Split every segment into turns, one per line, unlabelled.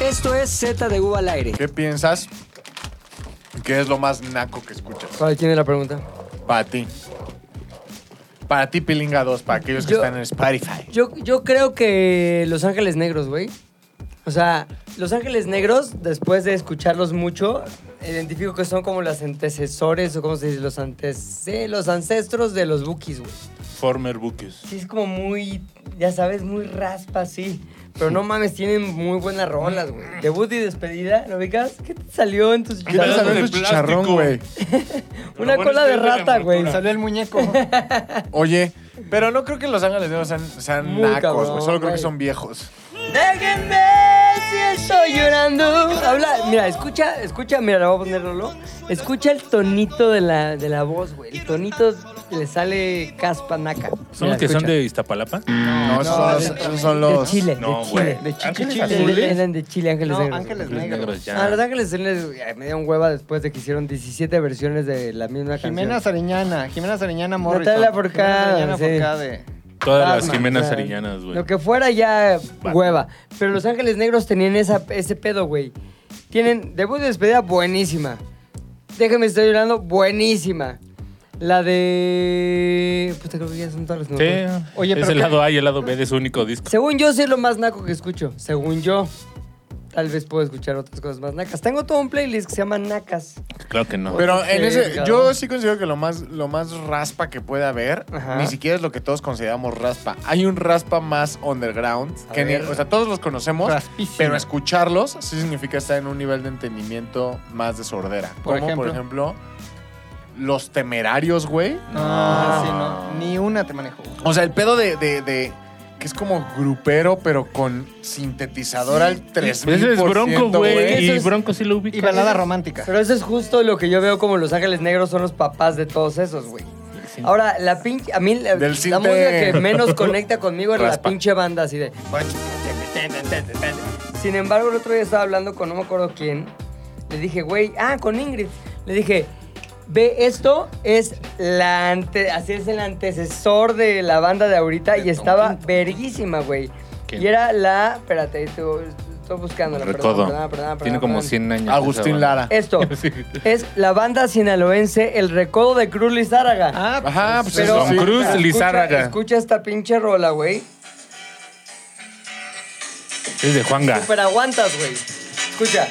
Esto es Z de U al aire.
¿Qué piensas? ¿Qué es lo más naco que escuchas?
¿Para quién es la pregunta?
Para ti. Para ti, Pilinga 2, para aquellos que
Yo-
están en Spotify.
Yo, yo creo que Los Ángeles Negros, güey. O sea, Los Ángeles Negros, después de escucharlos mucho, identifico que son como los antecesores o como se dice, los, antece- los ancestros de los Bookies, güey.
Former Buques.
Sí, es como muy, ya sabes, muy raspa, sí. Pero no mames, tienen muy buenas rolas, güey. Debut y despedida, ¿no ubicas? ¿Qué te salió en tus
¿Qué te
Pedazos
salió en
de
tu chicharrón,
plástico.
güey?
Pero
Una
bueno,
cola de
ustedes la
rata, güey.
envoltura.
Salió el muñeco.
Oye, pero no creo que los ángeles negros sean, sean
Muy
nacos,
cabrón,
güey. Solo creo que
güey.
son viejos.
Déjenme si estoy llorando. Habla, mira, escucha, escucha, mira, le voy a poner Lolo. Escucha el tonito de la, de la voz, güey. El tonito le sale caspa naca.
¿Son
Mira,
los que son
escucha.
de Iztapalapa? Ah,
No, esos,
no,
son los,
de-
esos son
De
los-
Chile,
No,
de
güey.
Chile. De Chile.
¿Ángeles
Eran-
azules?
Eran de Chile, Ángeles
No,
Negros.
Ángeles
Los
Negros.
negros
Ah, Los
ya.
Ángeles Negros ay, me dieron hueva después de que hicieron 17 versiones de la misma
Jimena
canción.
Sariñana, Jimena Sariñana Morrison.
Natalia Forcada,
Jimena Sariñana
sí.
Forcade.
Todas las
Batman, o
Jimenas
sea,
Ariñanas, güey.
Lo que fuera ya hueva. Pero Los Ángeles Negros tenían esa, ese pedo, güey. Tienen debut de despedida buenísima. Déjame estar llorando, buenísima. La de. Puta, creo que ya son todas las
Sí.
nuevas.
Oye,
es
pero
el
¿qué?
lado A y el lado B de su único disco.
Según yo, sí es lo más naco que escucho. Según yo. Tal vez puedo escuchar otras cosas más nacas. Tengo todo un playlist que se llama Nacas.
Claro que no.
Pero en
Sí,
ese,
cabrón.
yo sí considero que lo más, lo más raspa que puede haber,
Ajá.
ni siquiera es lo que todos consideramos raspa. Hay un raspa más underground,
A
que ni-
ver.
o sea, todos los conocemos,
Raspísimo.
pero escucharlos sí significa estar en un nivel de entendimiento más de sordera.
Por
Como, por ejemplo, los temerarios, güey.
No, sí, no. Ni una te manejo.
O sea, el pedo de, de- de- que es como grupero, pero con sintetizador al 3000%,
Ese es Bronco,
Es
güey.
que
Y
eso es-
Bronco sí lo ubica.
Y balada romántica.
Pero eso es justo lo que yo veo como Los Ángeles Negros son los papás de todos esos, güey. Ahora, la pinche. A mí, la,
Del
la
cinte-
música que menos conecta conmigo es la
Raspa.
pinche banda así de. Sin embargo, el otro día estaba hablando con no me acuerdo quién. Le dije, güey, ah, con Ingrid. Le dije, ve, esto es la ante, así es el antecesor de la banda de ahorita y estaba verguísima, güey.
¿Qué?
Y era la. Espérate, estoy, estoy buscándola.
Sobre
Perdón,
todo.
perdón, perdón,
Tiene
perdón,
como
perdón.
100 años.
Agustín
esa
Lara.
banda.
Esto
Sí.
es la banda sinaloense El Recodo de Cruz Lizárraga.
Ah,
Ajá, pues
Pero-
eso sí.
Don Cruz
escucha-
Lizárraga.
Escucha esta pinche rola, güey.
Es de Juanga.
Super aguantas, güey. Escucha.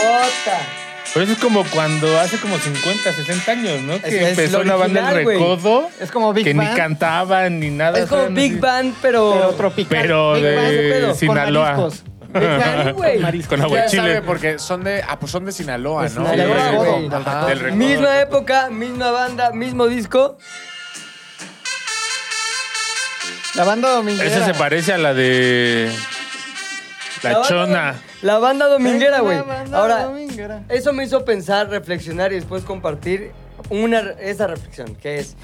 Bota.
Pero eso es como cuando hace como 50, 60 años, ¿no? Que
Es- es
empezó
lo
la banda El
original, güey.
Recodo.
es como Big
que
Bang.
ni cantaban ni nada.
Es como
eran así.
Big Band, pero.
Pero tropical.
Pero
Big Bang, ese
de
pedo, con
Sinaloa.
mariscos.
Big Band, güey.
Con
Ya
agua
sabe,
Ah, chile.
porque son de, ah, pues son de Sinaloa, ¿no?
De Sinaloa,
Sí,
güey.
Ajá.
Del recodo.
Misma época, misma banda, mismo disco.
La banda dominguera.
Esa se parece a la de. La,
banda-
Chona.
La banda dominguera, güey.
La banda
Ahora,
dominguera.
Eso me hizo pensar, reflexionar y después compartir una, esa reflexión, que es,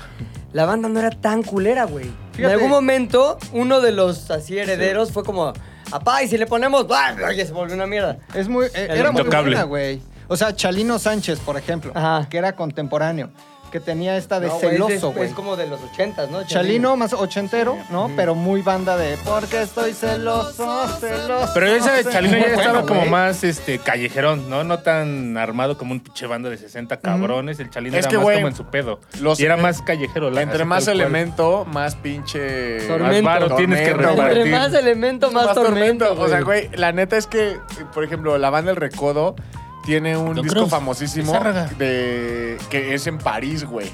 la banda no era tan culera, güey. En
Fíjate.
algún momento, uno de los así herederos fue como, apá, y si le ponemos, ¡Bah! ya se volvió una mierda.
Es muy, eh, era muy
Intocable.
buena, güey. O sea, Chalino Sánchez, por ejemplo,
Ajá.
que era contemporáneo, que tenía esta de
No, güey, es de-
celoso, güey.
Es como de los ochentas, ¿no?
Chalino más ochentero, ¿no? Pero muy banda de porque estoy celoso, celoso.
Pero esa de
celoso".
Chalino ya
Muy
estaba
bueno,
como
güey.
más este, callejerón, ¿no? No tan armado como un pinche bando de 60 cabrones. El Chalino
Es
era
que,
más
güey,
como en su pedo.
los-
y era más callejero. la-
Entre
así
más
tal cual.
elemento, más pinche.
Tormento.
Más varo tienes que
Entre
repartir.
más elemento, más, tormento.
O sea,
güey.
güey, la neta es que, por ejemplo, la banda El Recodo tiene un
Don
disco
Cruz,
famosísimo
Lizárraga.
de que es en París, güey.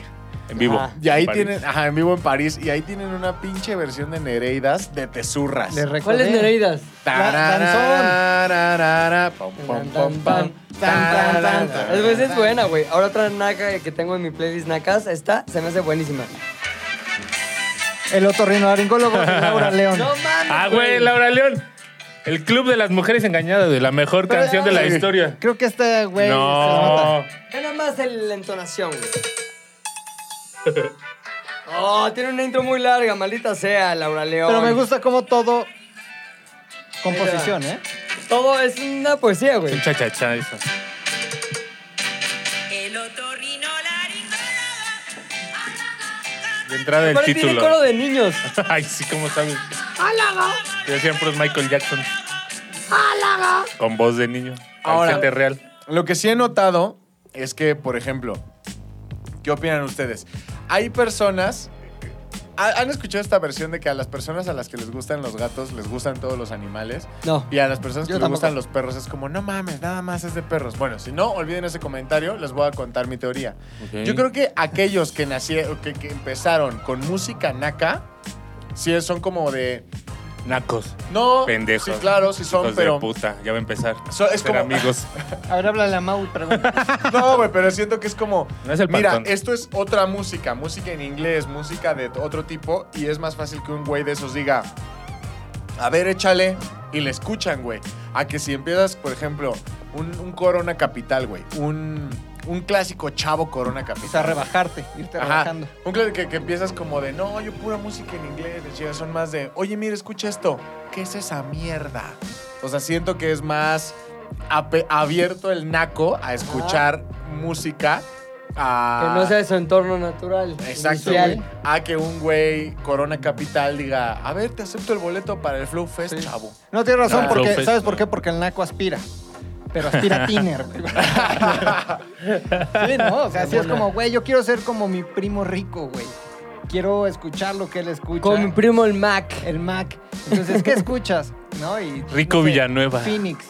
En vivo.
Ajá.
Y ahí
En París.
tienen, ajá, en vivo en París, y ahí tienen una pinche versión de Nereidas de Tesurras.
Le recordé.
¿Cuáles Nereidas?
Tararararara, pom, pom, pom, pam,
tan, tan,
tararara.
Es, pues, es buena, güey. Ahora otra naca que tengo en mi playlist nacas, esta se me hace buenísima.
El otorrinolaringólogo de Laura León.
No mames.
Ah, güey, Laura León. El Club de las Mujeres Engañadas, de la mejor
Pero-
canción de la
Sí.
historia.
Creo que este güey se
No.
nota.
Ve nada más el- la entonación, güey. Oh, tiene una intro muy larga, maldita sea, Laura León.
Pero me gusta como todo composición, ¿eh?
Todo es una poesía,
Es
güey.
un cha-cha-cha eso.
El otorrinolaringólogo.
De entrada el
Pero tiene
título.
coro de niños.
Ay, sí, ¿cómo sabes? Que decían puros Michael Jackson. Con voz de niño.
Ahora.
Ahora. real.
Lo que sí he notado es que, por ejemplo, ¿qué opinan ustedes? Hay personas. ¿ha- ¿Han escuchado esta versión de que a las personas a las que les gustan los gatos les gustan todos los animales?
No.
Y a las personas que
Yo
les
tampoco.
gustan los perros es como, no mames, nada más es de perros. Bueno, si no, olviden ese comentario, les voy a contar mi teoría.
Ok.
Yo creo que aquellos que, nacieron, que, que empezaron con música naca, sí son como de.
Nacos.
No,
Pendejos.
sí, claro, sí son,
Hijos
pero.
de puta. Ya va a empezar.
So- es
Ser
como-
amigos.
A ver, háblale a Mau y pregunta.
No, güey, pero siento que es como.
No es el
Mira,
pantón.
esto es otra música, música en inglés, música de otro tipo, y es más fácil que un güey de esos diga, a ver, échale, y le escuchan, güey. A que si empiezas, por ejemplo, un, un Corona Capital, güey, un, un clásico chavo Corona
O sea,
Capital.
rebajarte, irte
Ajá,
rebajando.
un clásico que, que empiezas como de, no, yo pura música en inglés, de chidas, son más de, oye, mira, escucha esto, ¿qué es esa mierda? O sea, siento que es más ape- abierto el naco a escuchar música. A...
Ah.
Que no sea de su entorno natural.
Exacto,
inicial.
güey. A que un güey Corona Capital diga, a ver, te acepto el boleto para el Flow Fest,
Sí.
chavo.
No, tienes razón,
No,
porque,
Flow Fest,
¿sabes por
no.
qué? Porque el naco aspira. Pero aspira a tiner, güey. Sí, ¿no? O sea, así es como, güey, yo quiero ser como mi primo rico, güey. Quiero escuchar lo que él escucha.
Con mi primo el Mac.
el Mac. Entonces, ¿qué escuchas? ¿No? Y,
Rico
no sé,
Villanueva.
Phoenix.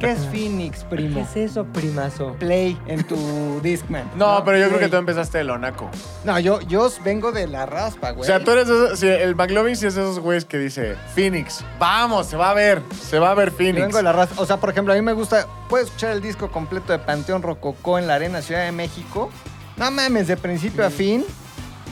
¿Qué es Phoenix,
¿Qué
primo?
es eso, primazo?
Play en tu Discman.
No, pero yo creo que tú
Play.
empezaste de lo naco.
No, yo, yo vengo de la raspa, güey.
O sea, tú eres de esos- sí, el McLovin sí es de esos güeyes que dice, Phoenix, vamos, se va a ver, se va a ver
Yo
Phoenix.
vengo de la raza. O sea, por ejemplo, a mí me gusta. Puedes escuchar el disco completo de Panteón Rococó en la Arena Ciudad de México. No mames, de principio a fin.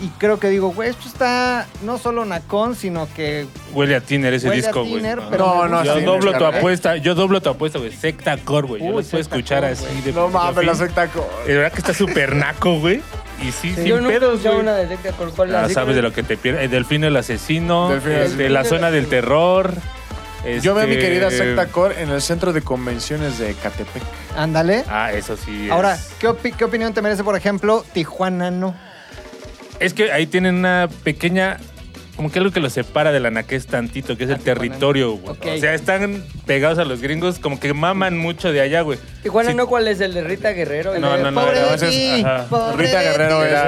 Y creo que digo, güey, esto está no solo Nacón, sino que.
Huele a Tiner ese
Huele a
disco, güey.
tiner,
No,
pero
No,
me
no, Uh,
gusta.
Yo
sí,
doblo tu
descarga.
apuesta, yo doblo tu apuesta, güey. Secta Core, güey. Yo
Uy,
los puedo
Secta
escuchar
Core,
así
güey.
de
No mames, la
principio a fin.
secta co-
De verdad que está súper naco, güey. Y sí, sin
Yo nunca he
pedos,
escuchado
güey.
una de Tecta Corporal,
Ah,
así
sabes de
que-
lo que te pierdes. El Delfino el asesino.
Delfino el
este,
asesino.
la zona del terror.
Yo veo a mi
este,
querida secta core en el centro de convenciones de Catepec.
Ándale.
Ah, eso sí. es-
Ahora, ¿qué, opi- qué opinión te merece, por ejemplo, Tijuana no?
Es que ahí tienen una pequeña. Como que algo que los separa del anaqués tantito, que es el
Tijuana.
territorio, güey.
Ok.
O sea, están pegados a los gringos, como que maman mucho de allá, güey.
Tijuana
Sí.
no, ¿cuál es? El de Rita Guerrero. El
No,
de-
no, no.
Pobre
era-
de
ese es-
ti,
ajá.
pobre
Rita
de
Guerrero
ti.
era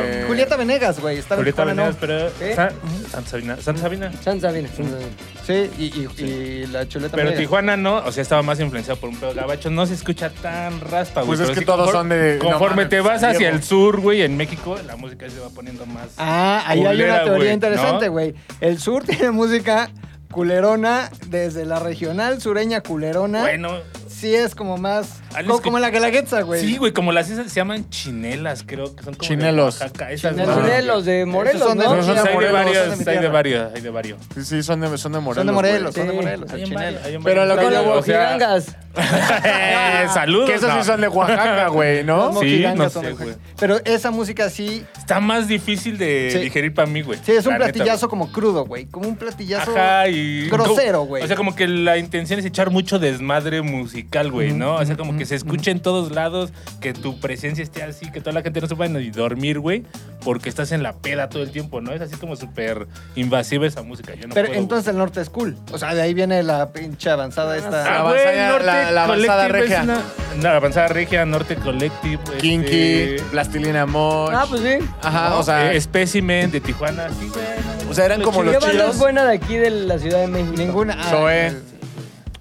Era-
este...
Julieta Venegas, güey, está en
Ahorita
Tijuana
venías,
no.
pero.
¿Eh?
Sa- Santa Sabina. Santa Sabina.
San Sabina. San Sabina.
Sí, y, y- y la chuleta
Pero
Venegas.
Tijuana no, o sea, estaba más influenciado por un pedo gabacho. No se escucha tan raspa, güey.
Pues es
pero
que
sí
todos
conforme-
son de- no
Conforme
mames,
te vas hacia
viejo.
el sur, güey, en México, la música se va poniendo más.
Ah, ahí hay
culera,
una teoría
güey,
interesante,
¿no?
güey. El sur tiene música culerona desde la regional sureña culerona.
Bueno.
Sí es como más...
Ah, es
co-
que-
como la Guelaguetza, güey.
Sí, güey, como las esas se llaman chinelas, creo que son como.
Chinelos.
De Oaxaca, esas,
Chinelos.
güey.
Chinelos de Morelos,
Esos son de-
¿no?
No, Ah. son- hay de
Morelos,
varias,
son de mi
hay de
tierra.
varios, hay de varios.
Sí, sí, son de, son de Morelos.
Son de Morelos,
güey.
son de
Sí.
Morelos, el chinelo.
Pero lo que
Con
yo-
los
o
mojigangas.
Eh, Saludos.
Que esos
no.
sí son de Oaxaca, güey,
Los
¿no?
Sí,
mojigangas
no
son
sé,
de Oaxaca.
güey.
Pero esa música sí...
Está más difícil de
Sí.
digerir para mí, güey.
Sí, es un
La neta,
platillazo como crudo, güey. Como un platillazo...
Ajá, y.
grosero, güey.
O sea, como que la intención es echar mucho desmadre musical, güey, ¿no? O sea, como que se escuche en todos lados, que tu presencia esté así, que toda la gente no se pueda ni dormir, güey, porque estás en la peda todo el tiempo, ¿no? Es así como súper invasiva esa música. Yo no
Pero
puedo,
entonces el norte es cool. O sea, de ahí viene la pinche avanzada esta...
La
Ah, güey,
avanzada-
Norte
la- la avanzada
Collective es
regia.
una- no, la avanzada regia, Norte Collective.
Kinky,
este,
Plastilina Mosh.
Ah, pues sí.
Ajá,
¿no?
o sea,
Eh, Espécimen de Tijuana, sí, güey. no,
o sea, eran
lo
como los
¿Qué banda es
chidos.
buena de aquí de la Ciudad de México?
Ninguna... ah,
Zoé.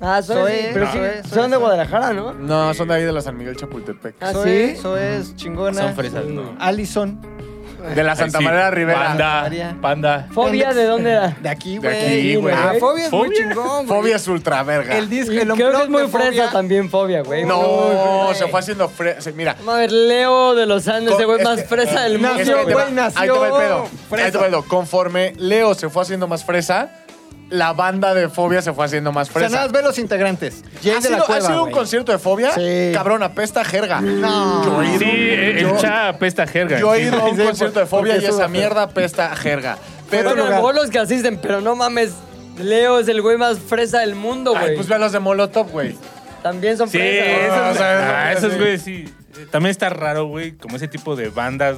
Ah, son,
Zoé,
pero
no.
sí,
Zoé,
son
Zoé,
de
Zoé.
Guadalajara, ¿no?
No, son de ahí de la San Miguel Chapultepec.
Ah,
Zoé,
sí.
Zoé es chingona.
Son fresas, ¿no?
Allison.
De la Santa
Ay, sí.
María Rivera.
Panda,
María.
panda.
¿Fobia de dónde era?
De aquí,
De
güey.
aquí, güey.
Ah, fobia es muy
¿Fobia?
chingón, güey.
Fobia es ultra verga.
El disco,
Y
el
creo que es
unplugged
muy
de Fobia.
fresa también, fobia, güey.
No,
güey.
se fue haciendo fre- se- Mira.
Vamos a ver, Leo de los Andes,
Con-
ese güey
es
más
que-
fresa del mundo.
Nació,
ahí te
güey.
va-
güey, nació
Ahí te va el pedo.
fresa.
Ahí te va el pedo. Conforme Leo se fue haciendo más fresa, la banda de Fobia se fue haciendo más
O sea, nada
fresa.
más ve los integrantes. Jay
¿Ha
de
sido,
la
ha
Cueva,
sido un
güey.
concierto de Fobia?
Sí.
Cabrón, apesta jerga. Yo he ido-
Sí, el
yo-
cha apesta jerga.
Yo he
sí.
ido a un
Sí,
concierto de
porque
fobia y
eso
esa
da fe.
mierda pesta jerga. Pero,
Bueno, luego los que asisten, pero no mames. Leo es el güey más fresa del mundo,
Ay,
güey.
pues ve a los de Molotov, güey.
También son
Sí,
fresas.
eso- o
esos,
sea,
ah,
eso-
esos güeyes sí. Eh, También está raro, güey, como ese tipo de bandas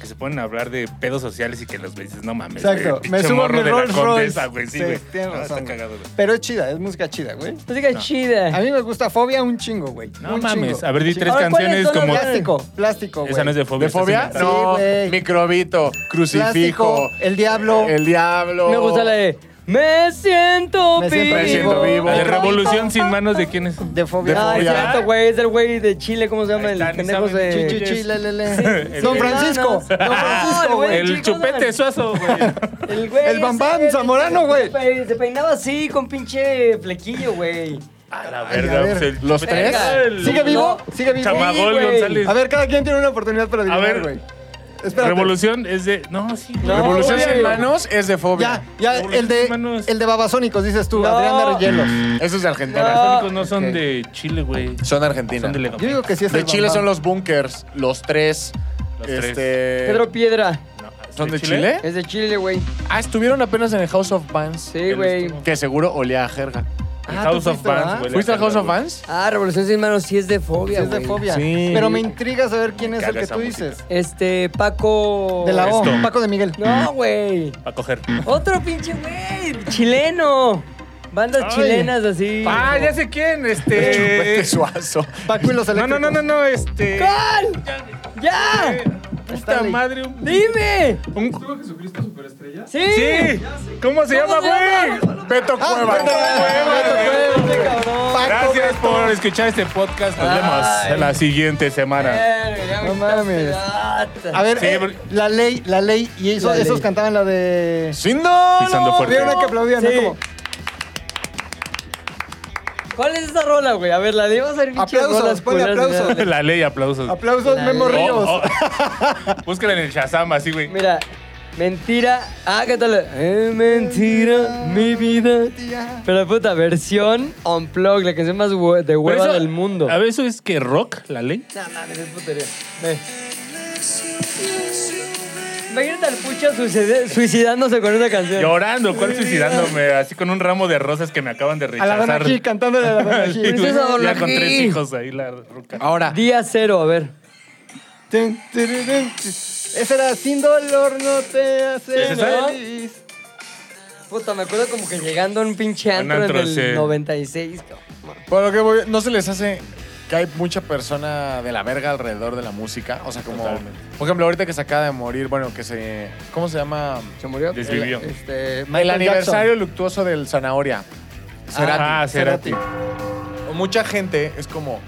que se ponen a hablar de pedos sociales y que los ves dices, no mames.
Exacto.
güey,
Me
pinche
subo a
morro
mi
de la
Rolls
condesa,
Royce.
güey, sí,
Sí,
güey.
tienes
No,
razón,
está
güey.
cagado, güey. Eh.
Pero es chida, es música chida, güey.
Música chida.
A mí me gusta Fobia un chingo, güey.
No
un
mames.
chingo.
A ver, di
Chingo.
tres
Ahora, ¿cuáles
canciones
son las
como.
de-
Plástico, plástico, güey.
Esa no es de fobia.
¿De
está
fobia?
inventada.
No,
güey.
microbito, crucifijo,
Plástico, El Diablo.
el diablo.
Me gusta la de Me siento
Me
vivo.
siento
Me siento vivo.
La de Revolución sin manos de quién es.
De Fobia.
Ah, es
Fobia.
cierto, güey. Es el güey de Chile, ¿cómo se llama?
Ahí
El
está, ni
pendejo
saben.
Chi,
de.
chi, chi, la, la, la.
Sí,
Don
el-
Francisco.
Hermanos.
Don
Ah,
Francisco,
el
güey.
güey.
El
chicos,
chupete
no.
suazo, güey.
El güey.
El Bambam
ese,
Zamorano,
el-
güey.
Se pe- se peinaba así, con pinche flequillo,
Eh.
güey.
A la
Ay, a
verga,
ver,
pues, el
¿los
chupete-
tres?
el-
¿Sigue vivo? ¿Sigue vivo?
Chamagol
Sí, güey.
González.
A ver, cada quien tiene una oportunidad para
A
adivinar,
ver.
güey. Espérate.
Revolución es de. No, sí. güey.
No,
Revolución
güey.
sin manos es de fobia.
Ya, ya,
Revolución
el de,
sin manos.
el de Babasónicos, dices tú,
No.
Adrián de Rielos.
Eso es de
Los
Argentina.
No.
sónicos no son
ok.
de Chile, güey.
Son de Argentina.
Son de
de
Yo digo que sí Este es el
Chile
Bambam.
son los bunkers, los tres.
Los tres.
este,
Pedro Piedra.
No,
¿Son de Chile?
Es de Chile, güey.
Ah, estuvieron apenas en el House of Bands.
Sí, güey.
Que seguro olía a jerga.
El
Ah,
House
¿tú
of
fuiste, verdad?
Bands, güey.
¿Fuiste al House of Bands?
Bands?
Ah, Revolución sin manos sí es de fobia,
Sí es
güey.
de fobia.
Sí.
Pero me intriga saber quién es el
caga
que
esa
tú
música.
dices.
Este, Paco.
De la O,
Esto.
Paco de Miguel.
No, güey.
A coger.
Otro pinche güey. Chileno. Bandas
Ay.
chilenas así.
Ah, ya sé quién,
Chupete
este.
suazo.
Paco y los
No, Ah, no,
eléctricos.
no, no, no, este.
¡Gol! ¡Ya!
Puta madre. un-
¡Dime!
un-
¡Sí!
Sí.
¿Cómo
¿Cómo se llama,
se llama?
güey?
Ah, Beto Cuevas.
Beto Cuevas.
Este cabrón.
Gracias por escuchar este podcast. Nos vemos
Ay. Eh.
en la siguiente semana.
Verga, ya me
No mames.
estás
A ver,
Sí,
eh,
porque-
la ley, la ley. Y eso-
La
esos
ley.
cantaban la de.
Sin no,
Pisando
no.
fuerte.
Había una que aplaudía, ¿no?
Sí.
Como,
¿Cuál es esa rola, güey? A ver, la de vamos a hacer pinches
Aplausos,
rolas
ponle
culeras,
aplausos.
mira.
La ley, aplausos.
aplausos,
La
Memo
ley.
Ríos.
Oh, oh. Búscala en el Shazam, así, güey.
Mira, mentira. Ah, ¿qué tal? Eh, mentira, mi vida.
oh.
Tía.
Pero puta, versión unplug, la canción más hue- de
Pero
hueva
eso-
del mundo.
A ver, ¿eso es que rock, la ley?
No mames, es putería. Ve. Imagínate al Pucha suicide- suicidándose con esa canción.
Llorando, ¿cuál suicidándome? Así con un ramo de rosas que me acaban de
A la
rechazar.
Danají, cantándole a la Danají.
Sí, güey.
Princesa
ya con
Danají.
tres hijos ahí, la ruca.
Ahora,
Día cero, a ver.
Tin, tirirín, tin. Ese era sin dolor, no te hace
¿Es esa?
feliz.
Puta, me acuerdo como que llegando a un pinche
Un
antro,
antro,
del
sí.
96. cabrón.
por lo que voy, ¿no se les hace que hay mucha persona de la verga alrededor de la música? O sea, como.
Totalmente.
Por ejemplo, ahorita que se acaba de morir, bueno, que se. ¿Cómo se llama?
Se murió.
Desvivió.
El, este,
El
Michael
aniversario luctuoso del Zanahoria. Cerati.
Ah, Cerati.
Mucha gente es como,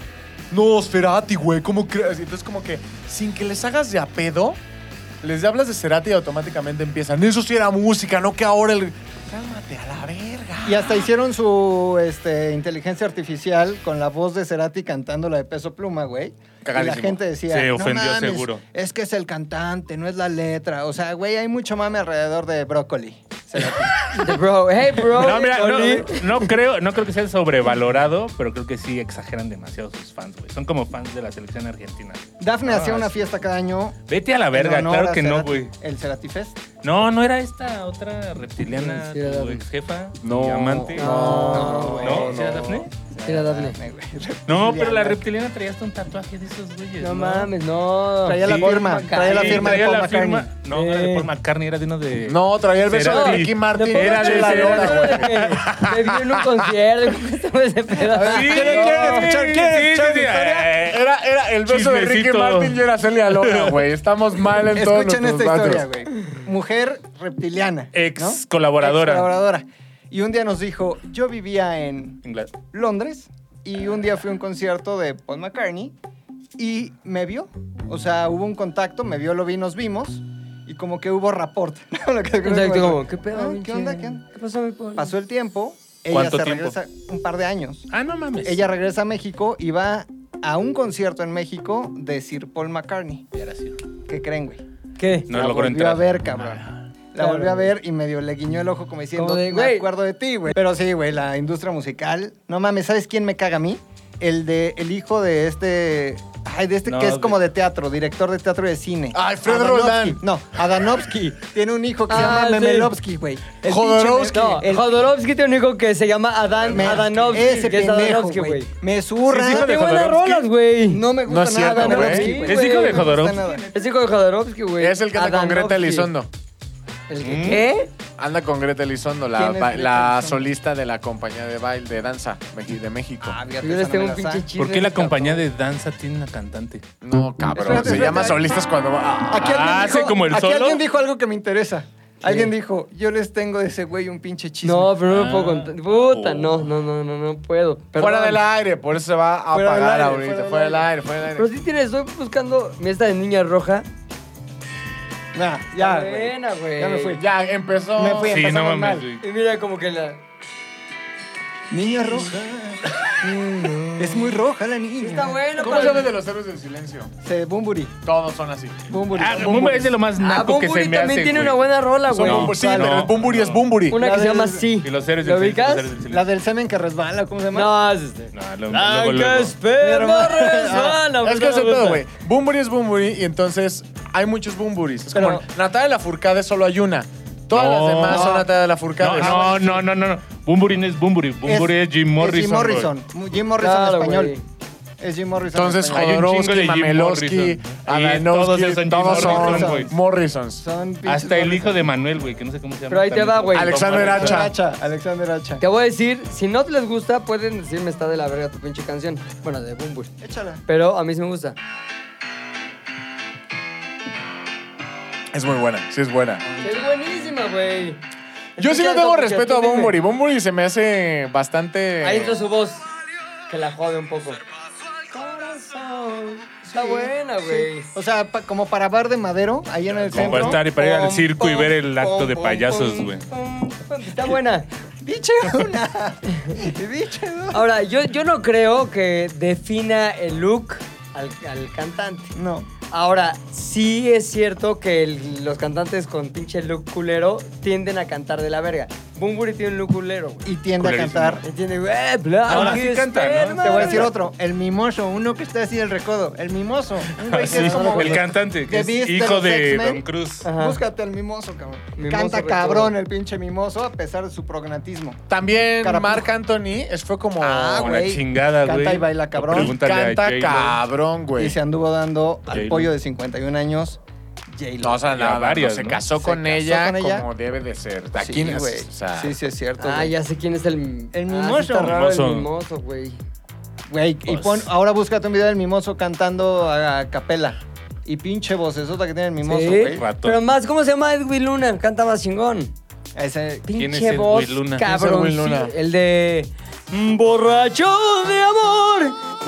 no, Cerati, güey, ¿cómo crees? Y Entonces, como que sin que les hagas de a pedo, les hablas de Cerati y automáticamente empiezan. Eso sí era música, no que ahora el. Cálmate a la verga.
Jackson. Y hasta hicieron su este, inteligencia artificial con la voz de Cerati cantando la de Peso Pluma, güey. Y la
Cagadísimo.
gente decía,
Se
"No
ofendió
mames,
seguro".
Es que es el cantante, no es la letra. O sea, güey, hay mucho mame alrededor de Brócoli. Cerati.
The bro, hey bro.
No, mira, no,
Oli.
no creo, no creo que sea sobrevalorado, pero creo que sí exageran demasiado sus fans, güey. Son como fans de la selección argentina.
Dafne
Ah,
hacía una
sí.
fiesta cada año.
Vete a la
en
verga,
honor
claro
a
que no,
Cerati,
güey.
El Cerati Fest.
No, no era esta otra reptiliana,
Sí, era
tu
Daphne.
ex jefa,
No,
no, amante.
No,
güey.
¿No? ¿Sí era Daphne?
Era Daphne.
güey.
No, pero la
Reptiliana.
reptiliana traía hasta un tatuaje de esos güeyes.
No mames, no.
Traía la
Sí,
firma,
Paul
traía la
Sí,
firma de
traía
Paul
la firma-
McCartney.
No, no era de Paul McCartney, era de uno de.
No, traía el beso
Cerati.
de Ricky Martin.
Tampoco
Era
te
de
la
la
veo,
lora, güey.
Me vio en un concierto. ¿Cómo se llama ese pedo?
Sí,
¿Quieren- quieren escuchar? ¿Quieren
sí,
escuchar
sí,
mi
sí,
historia?
eh,
Era, era el beso de Ricky
Chismecito.
Martin y era Celia Lora, güey. Estamos mal en todos
Escuchen esta
nuestros datos.
historia, güey. Mujer reptiliana.
Ex
¿no?
colaboradora.
Ex colaboradora. Y un día nos dijo, yo vivía en
Ingla-
Londres y un día fui a un concierto de Paul McCartney y me vio. O sea, hubo un contacto, me vio, lo vi, nos vimos y como que hubo rapport. Lo que-
Exacto, como, ¿qué pedo?
Ah, ¿Qué
pinche?
onda? ¿Qué onda?
¿Qué pasó, mi Paul?
Pasó el tiempo, ella
¿Cuánto
se
tiempo?
regresa un par de años.
Ah, no mames.
Ella regresa a México y va a un concierto en México de Sir Paul McCartney.
Era así.
¿Qué creen, güey?
¿Qué?
No
la
logró
volvió
entrar.
a ver, cabrón. La
Claro.
volvió a ver y medio le guiñó el ojo como diciendo,
Como de,
me
güey.
acuerdo de ti, güey. Pero sí, güey, la industria musical. No mames, ¿sabes quién me caga a mí? El de el hijo de este... Ay, Ay, de este
No,
que es
de-
como de teatro, director de teatro y de cine.
Ay, Fred
Adanovsky.
Roldán.
No, Adanovsky. Tiene un hijo que se
Ah,
llama
sí.
Memelovsky, güey. El
Jodorowsky.
pinche
No,
Mem- el-
Jodorowsky tiene un hijo que se llama Adán
Me-
Adanovsky.
Ese
que es
pendejo,
Adanovsky,
güey.
güey.
Me zurra.
¿Es hijo de
Qué buenas
Jodorowsky?
rolas, güey.
No me
No
gusta
es
nada
cierto,
Adanovsky,
güey.
¿Es
güey.
hijo de
No me gusta
Jodorowsky?
nada.
Es hijo de Jodorowsky, güey.
Es el que anda con Greta
Adanovsky.
Elizondo.
¿El
¿Mm?
que qué?
Anda con Greta Elizondo, la,
¿Quién es
ba-
Greta
la
Elizondo?
solista de la compañía de baile de danza meji- de México.
Ah, fíjate,
Yo
esa
les
no
tengo
me
un
la
pinche
sé.
chisme.
¿Por qué la compañía de danza tiene una cantante?
No, cabrón.
Espérate,
se
espérate.
llama solistas cuando. Ah,
Aquí alguien,
Ah,
dijo,
¿hace como el
aquí
solo?
alguien dijo algo que me interesa. Alguien dijo, yo les tengo de ese güey un pinche chisme.
No, pero no me puedo
Ah.
contar. Puta,
Oh.
no, no, no, no, no puedo.
fuera
Perdón.
del aire, por eso se va a
Fuera del
apagar
aire,
ahorita.
fuera del
Fuera del
aire.
aire, fuera del aire.
Pero sí tienes, estoy buscando mi esta de niña roja.
Nah,
Está
ya, güey.
buena, güey.
Ya me fui.
Ya empezó.
Me fui,
Sí,
empezamos
no mames,
mal.
güey.
Y mira como que la.
Niña roja. es muy roja la niña.
Está bueno,
¿Cómo sabes de los héroes del silencio?
Se- Bumburi.
Todos son así.
Bumburi.
Ah, Bumburi es de lo más
Ah,
naco que se
Bumburi
me
también
hace,
tiene
güey.
una buena rola,
Son
güey.
Bumburi, sí,
sale.
pero el Bumburi es Bumburi.
Una
La
que se
del-
llama Sí.
Y los héroes
¿Lo
del silencio,
ubicas?
los Ah, héroes del silencio.
La del semen que resbala, ¿cómo se llama?
No, es este.
No, lo-
Ay,
luego,
que
luego.
esperma
Ah,
resbala,
Es que es el
puta.
pedo, güey. Bumburi es Bumburi y entonces hay muchos Bumburis. Es como
Pero-
Natalia Lafourcade solo hay una. Todas
No.
las demás son
No.
Natalia
No,
Lafourcade.
no, no, no, no, no. Bumburi no es Bumburi. Bumburi es, Jim Morrison.
Jim Morrison. Jim Morrison
Claro,
español.
güey.
Es Jim Morrison.
Entonces,
español.
Hay un chingo de
Jodorowsky,
Jim
Mamelowski,
Morrison. Y todos esos
Adanovsky,
son
todos
Jim
son
Morrison,
güey.
güey.
Morrisons.
Son pinches
güey. Hasta el
Morrison.
hijo de Manuel, güey, que no sé cómo se llama.
Pero ahí te
también.
va, güey.
Alexander
Alexander
Hacha.
Hacha. Alexander Hacha.
Te voy a decir, si no les gusta, pueden decirme está de la verga tu pinche canción. Bueno, de Bumburi.
Échala.
Pero a mí sí me gusta.
Es muy buena, sí es buena.
Es buenísima, güey.
Yo
Escucha
sí le
eso,
tengo
porque
respeto a
tú dime.
Bumburi. Bumburi se me hace bastante...
Ahí está su voz. Que la jode un poco. Está buena, güey.
O sea, pa- como para bar de madero, ahí en el
Como
centro.
para estar y para ir al
Pom,
circo y
pom,
ver el acto
pom,
de
pom,
payasos,
pom.
güey.
Está buena.
Dicha una. Dicha dos.
Ahora, yo, yo no creo que defina el look al, al cantante.
No.
Ahora, sí es cierto que el- los cantantes con pinche look culero tienden a cantar de la verga. Bumburi tiene un look culero, güey.
Y tiende a
Culerísimo.
cantar.
¿Entiendes? Eh, bla,
Ahora
que
sí canta, ¿no?
esperma.
Te voy a decir otro. El mimoso, uno que está así del recodo. El mimoso. Un güey que
Sí,
es como.
el cantante, que
The
es
Beast de
hijo
los
de
X-Men.
Don Cruz.
Ajá.
Búscate al mimoso, cabrón.
Mimoso
Canta
recodo.
cabrón el pinche mimoso a pesar de su prognatismo.
También
Carapujo.
Marc Anthony es- fue como...
Ah,
Como la
güey.
chingada, güey.
Canta y baila, cabrón.
Pregúntale a
Canta
J-Lo.
cabrón,
Y
güey.
se anduvo dando al
J-Lo.
pollo de 51 años.
No, o sea,
Y a
nada,
varias,
se
¿no?
casó,
Se
con,
casó
ella
con ella.
como debe de ser.
Sí,
Aquí,
güey.
o sea,
Sí, sí, es cierto.
Ah,
güey.
ya sé quién es el... Ah,
El
sí
mimoso.
está raro el
Mimoso.
mimoso, güey.
Güey, y
Pues-
pon, ahora búscate un video del mimoso cantando a, a capela. Y pinche vocesota que tiene el mimoso,
Sí.
güey.
Ratón.
Pero más, ¿cómo se llama Edwin Luna? Canta más chingón.
Ese-
¿Quién es
Pinche
Edwin
voz,
Luna? ¿Quién
es
cabrón.
Edwin Luna?
sí, El de... "Mm, Borracho de amor.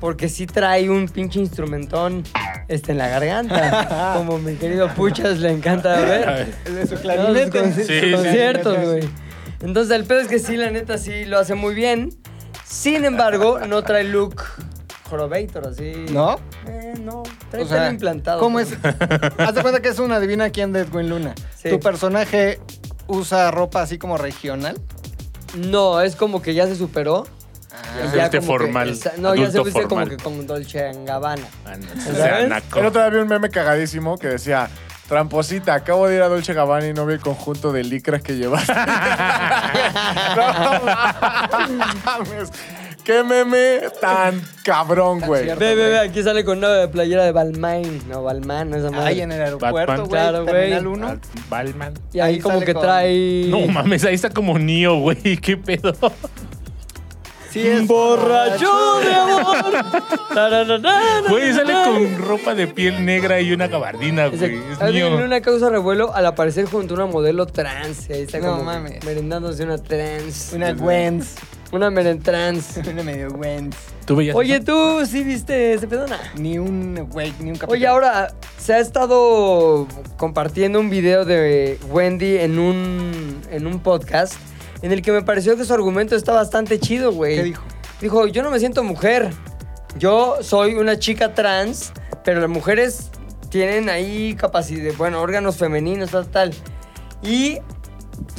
Porque sí trae un pinche instrumentón este, en la garganta. como mi querido Puchas le encanta ver.
El de su
No,
clarinete.
sus conci- sus
Sí, sí.
conciertos, güey. Entonces, el pedo es que sí, la neta, sí lo hace muy bien. Sin embargo, no trae look jorobator, así.
¿No?
Eh, no. Trae
O sea,
pelo implantado.
¿Cómo es?
pero-
Haz de cuenta que es una adivina quién de Edwin Luna.
Sí.
Tu personaje usa ropa así como regional.
No, es como que ya se superó. Ah.
Ya se viste
como que-
formal,
exa- no, ya se
adulto
viste como
formal.
que con Dolce en Gabbana.
Ah, no, o
¿Sabes?
sea, naco.
El otro día vi un meme cagadísimo que decía... Tramposita, acabo de ir a Dolce Gabbana y no vi el conjunto de licras que llevaste. no mames. Qué meme tan cabrón, güey.
cierto.
Ve, ve, ve, aquí sale con una playera de Balmain. No, Balmain, esa madre.
Ahí en el aeropuerto,
Batman.
güey.
Claro, güey.
Terminal 1.
Balman.
y ahí,
ahí
como
sale
que
con-
trae...
No mames, ahí está como Neo, güey. ¿Qué pedo?
Sí es
Borracho de amor. Tarararara.
Güey, sale con ropa de piel negra y una gabardina,
Ese-
güey. Es
Ahí viene
Neo.
una causa revuelo al aparecer junto a una modelo trans. Ahí está
No
como
mames.
merendándose una trans.
Una Gwen.
Una merentrans.
Viene medio Wentz.
¿Tú veías
Oye,
eso?
tú sí viste ese pedona.
Ni un güey, ni un capitán.
Oye, ahora se ha estado compartiendo un video de Wendy en un, en un podcast en el que me pareció que su argumento está bastante chido, güey.
¿Qué dijo?
Dijo, yo no me siento mujer. Yo soy una chica trans, pero las mujeres tienen ahí capacidad, bueno, órganos femeninos, tal, tal. Y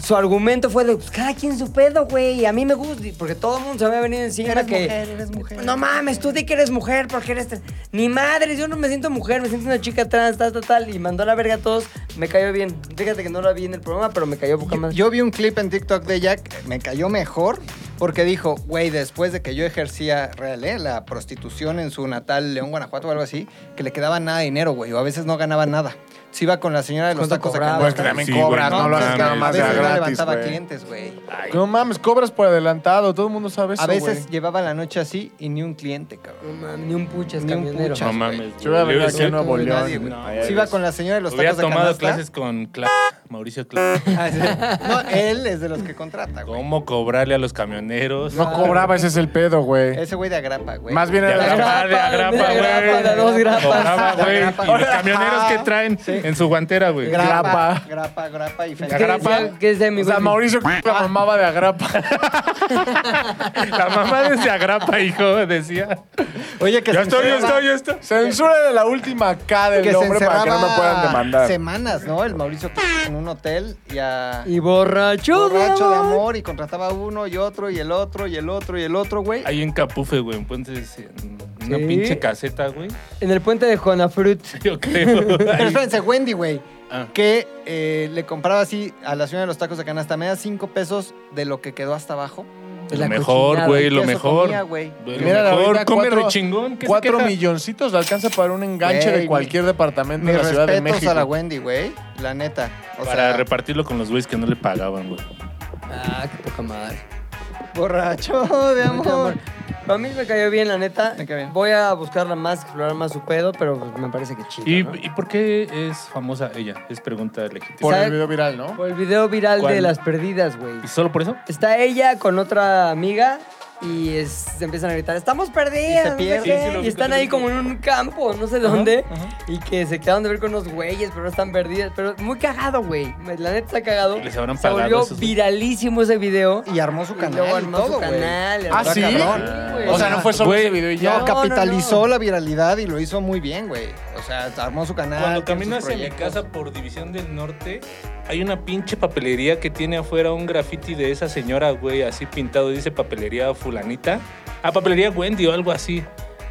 su argumento fue de, pues, cada quien su pedo, güey. A mí me gusta, porque todo el mundo se me ha venido encima
Eres
que...
mujer, eres mujer.
No mames, tú di que eres mujer porque eres... tra- Ni madres, yo no me siento mujer, me siento una chica trans, tal, tal, tal. Y mandó a la verga a todos, me cayó bien. Fíjate que no la vi en el programa, pero me cayó poca
Yo,
más.
yo vi un clip en TikTok de Jack, me cayó mejor porque dijo, güey, después de que yo ejercía real, ¿eh? la prostitución en su natal León, Guanajuato o algo así, que le quedaba nada de dinero, güey, o a veces no ganaba nada. Si iba con la señora de los
¿Cuánto
tacos
cobraba?
a
Pues que
cantar.
también
Sí,
cobras,
güey,
no,
no
lo haces
pues,
nada
mames.
a
más de
veces
a
no
gratis,
levantaba
güey.
clientes, güey.
No mames, cobras por adelantado, todo el mundo sabe eso,
A veces
güey.
llevaba la noche así y ni un cliente, cabrón.
No mames, ni un puchas
Ni un
camionero.
puchas.
No mames.
Yo voy a venir
Hubiera
aquí a Nuevo
Con
León.
nadie, güey.
No,
Ahí
Si iba
ves.
con la señora de los
Hubiera
tacos de
tomado
canasta.
clases con Cla- Mauricio Cla.
Ah, sí. No, él es de los que contrata, güey.
¿Cómo cobrarle a los camioneros?
No cobraba, ese es el pedo, güey.
Ese güey de agrapa, güey.
Más bien
De
era la
agrapa, de agrapa,
de
güey.
agrapa, de dos grapas.
Cobraba, güey.
De
Y
agrapa.
los camioneros
ah,
que traen en su guantera, güey.
grapa. Grapa, grapa y
¿Qué
feliz.
Agrapa.
decía- ¿Qué es de mi
O sea,
Wendy?
Mauricio la mamaba de agrapa.
La mamá de agrapa, hijo, decía.
Oye, que
Yo
se
estoy, yo
encerraba-
estoy, yo estoy.
Censura de la última K del
que se
nombre para que no me
encerraba
puedan demandar.
Semanas, ¿no? El Mauricio en un hotel y a.
Y borracho,
borracho de
amor.
amor y contrataba uno y otro y el otro y el otro y el otro, güey.
Ahí en Capufe, güey. Entonces, en una
Sí.
pinche caseta, güey.
En el puente de Juanafrut.
Yo creo.
Pero
Ahí.
espérense, Wendy, güey.
Ah.
Que eh, le compraba así a la señora de los tacos de canasta, me da cinco pesos de lo que quedó hasta abajo. Pues
Lo mejor, güey, lo
Eso
mejor.
comía, güey.
Lo
Mira, la
mejor,
verdad,
come
cuatro-
rechingón. ¿qué se
Cuatro
queja?
milloncitos le alcanza para un enganche
Güey,
de cualquier departamento
Mis
de la Ciudad de
respetos
México.
a la Wendy, güey. La neta. O
Para
sea,
repartirlo con los güeyes que no le pagaban, güey.
Ah, qué poca madre.
borracho de amor.
A mí me cayó bien, la neta.
Me cayó bien.
Voy a buscarla más, explorar más su pedo, pero pues, me parece que chido.
¿Y,
¿no?
¿Y por qué es famosa ella? Es pregunta legítima.
Por
¿Sabe?
el video viral, ¿no?
Por el video viral
¿Cuál?
de las perdidas, güey.
¿Y solo por eso?
Está ella con otra amiga y es- se empiezan a gritar, estamos perdidas.
Y se
no sé
pierden.
qué".
Sí, sí, lo
y
vi,
están
sí, lo
ahí
vi.
como en un campo, no sé dónde. Y que se quedaron de ver con unos güeyes, pero están perdidas. Pero muy cagado, güey. La neta está cagado.
Les habrán
se
pagado
volvió
esos güeyes.
viralísimo ese video.
Y armó su
Y
canal.
luego
y
armó
todo,
su
güey.
canal.
¿Ah, sí?
güey.
O sea, no fue solo
Güey,
ese video y ya.
No,
No,
capitalizó
no, no.
la viralidad y lo hizo muy bien, güey. O sea, armó su
Ah,
canal.
Cuando
tiene sus
caminas en mi
proyectos.
casa por División del Norte, hay una pinche papelería que tiene afuera un graffiti de esa señora, güey, así pintado. Dice papelería fulanita. Ah, papelería Wendy o algo así.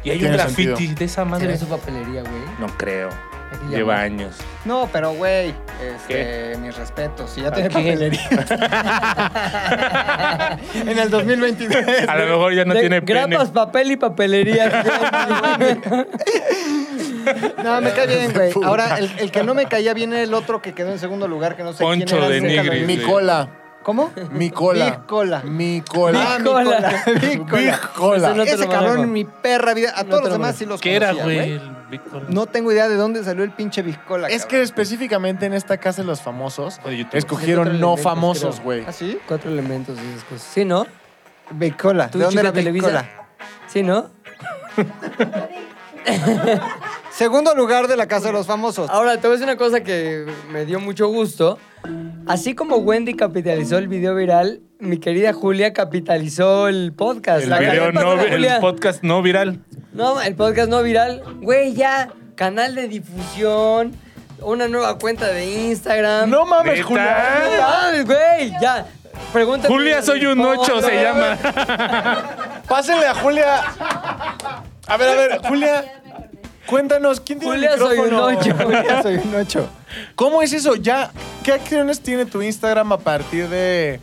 Y hay un
Tiene
graffiti
sentido.
de esa
Tiene
madre.
su papelería, güey.
No creo.
Aquí ya
Lleva
va.
años.
No, pero güey, este, mis respetos. Si ya tiene
qué?
papelería. en el 2023.
A lo mejor ya no
De
tiene pene.
grapas, papel y papelería.
No, me cae bien, güey. Ahora, el, el que no me caía bien era el otro que quedó en segundo lugar, que no sé
Poncho
quién era.
de
nunca lo
Nigris.
vi.
Mi cola.
¿Cómo?
Mi cola.
Mi cola.
Mi cola.
Ah, mi
cola.
cola. Mi cola.
Big cola.
Eso no- te
Ese
lo
cabrón,
manejo.
mi perra vida. A
No
todos
te
los
lo
demás
manejo.
sí los
¿Qué era,
conocía,
güey? el Bitcoin?
No tengo idea de dónde salió el pinche bizcola.
Es que específicamente en esta casa de los famosos
O de YouTube.
Otro
escogieron no
elemento,
famosos,
creo.
güey.
¿Así?
Cuatro elementos y esas cosas. Sí, ¿no?
Bizcola.
¿Tú,
¿De dónde
chica
era
Televisa?
Bizcola?
Sí, ¿no?
Segundo lugar de la Casa de los Famosos.
Ahora, te voy a decir una cosa que me dio mucho gusto. Así como Wendy capitalizó el video viral, mi querida Julia capitalizó el podcast.
El,
La cagué
video
para
no,
la
vi-
Julia.
el podcast no viral.
No, el podcast no viral. Güey, ya, canal de difusión, una nueva cuenta de Instagram.
No mames,
¿Neta?
No
Julia.
mames, güey, ya. Pregúntame.
Julia soy un ocho, se llama.
Pásenle a Julia. A ver, a ver, Julia. Cuéntanos, ¿quién tiene
Julia
el
soy un
micrófono?
ocho.
Ya soy un 8.
¿Cómo es eso? Ya, ¿qué acciones tiene tu Instagram a partir de,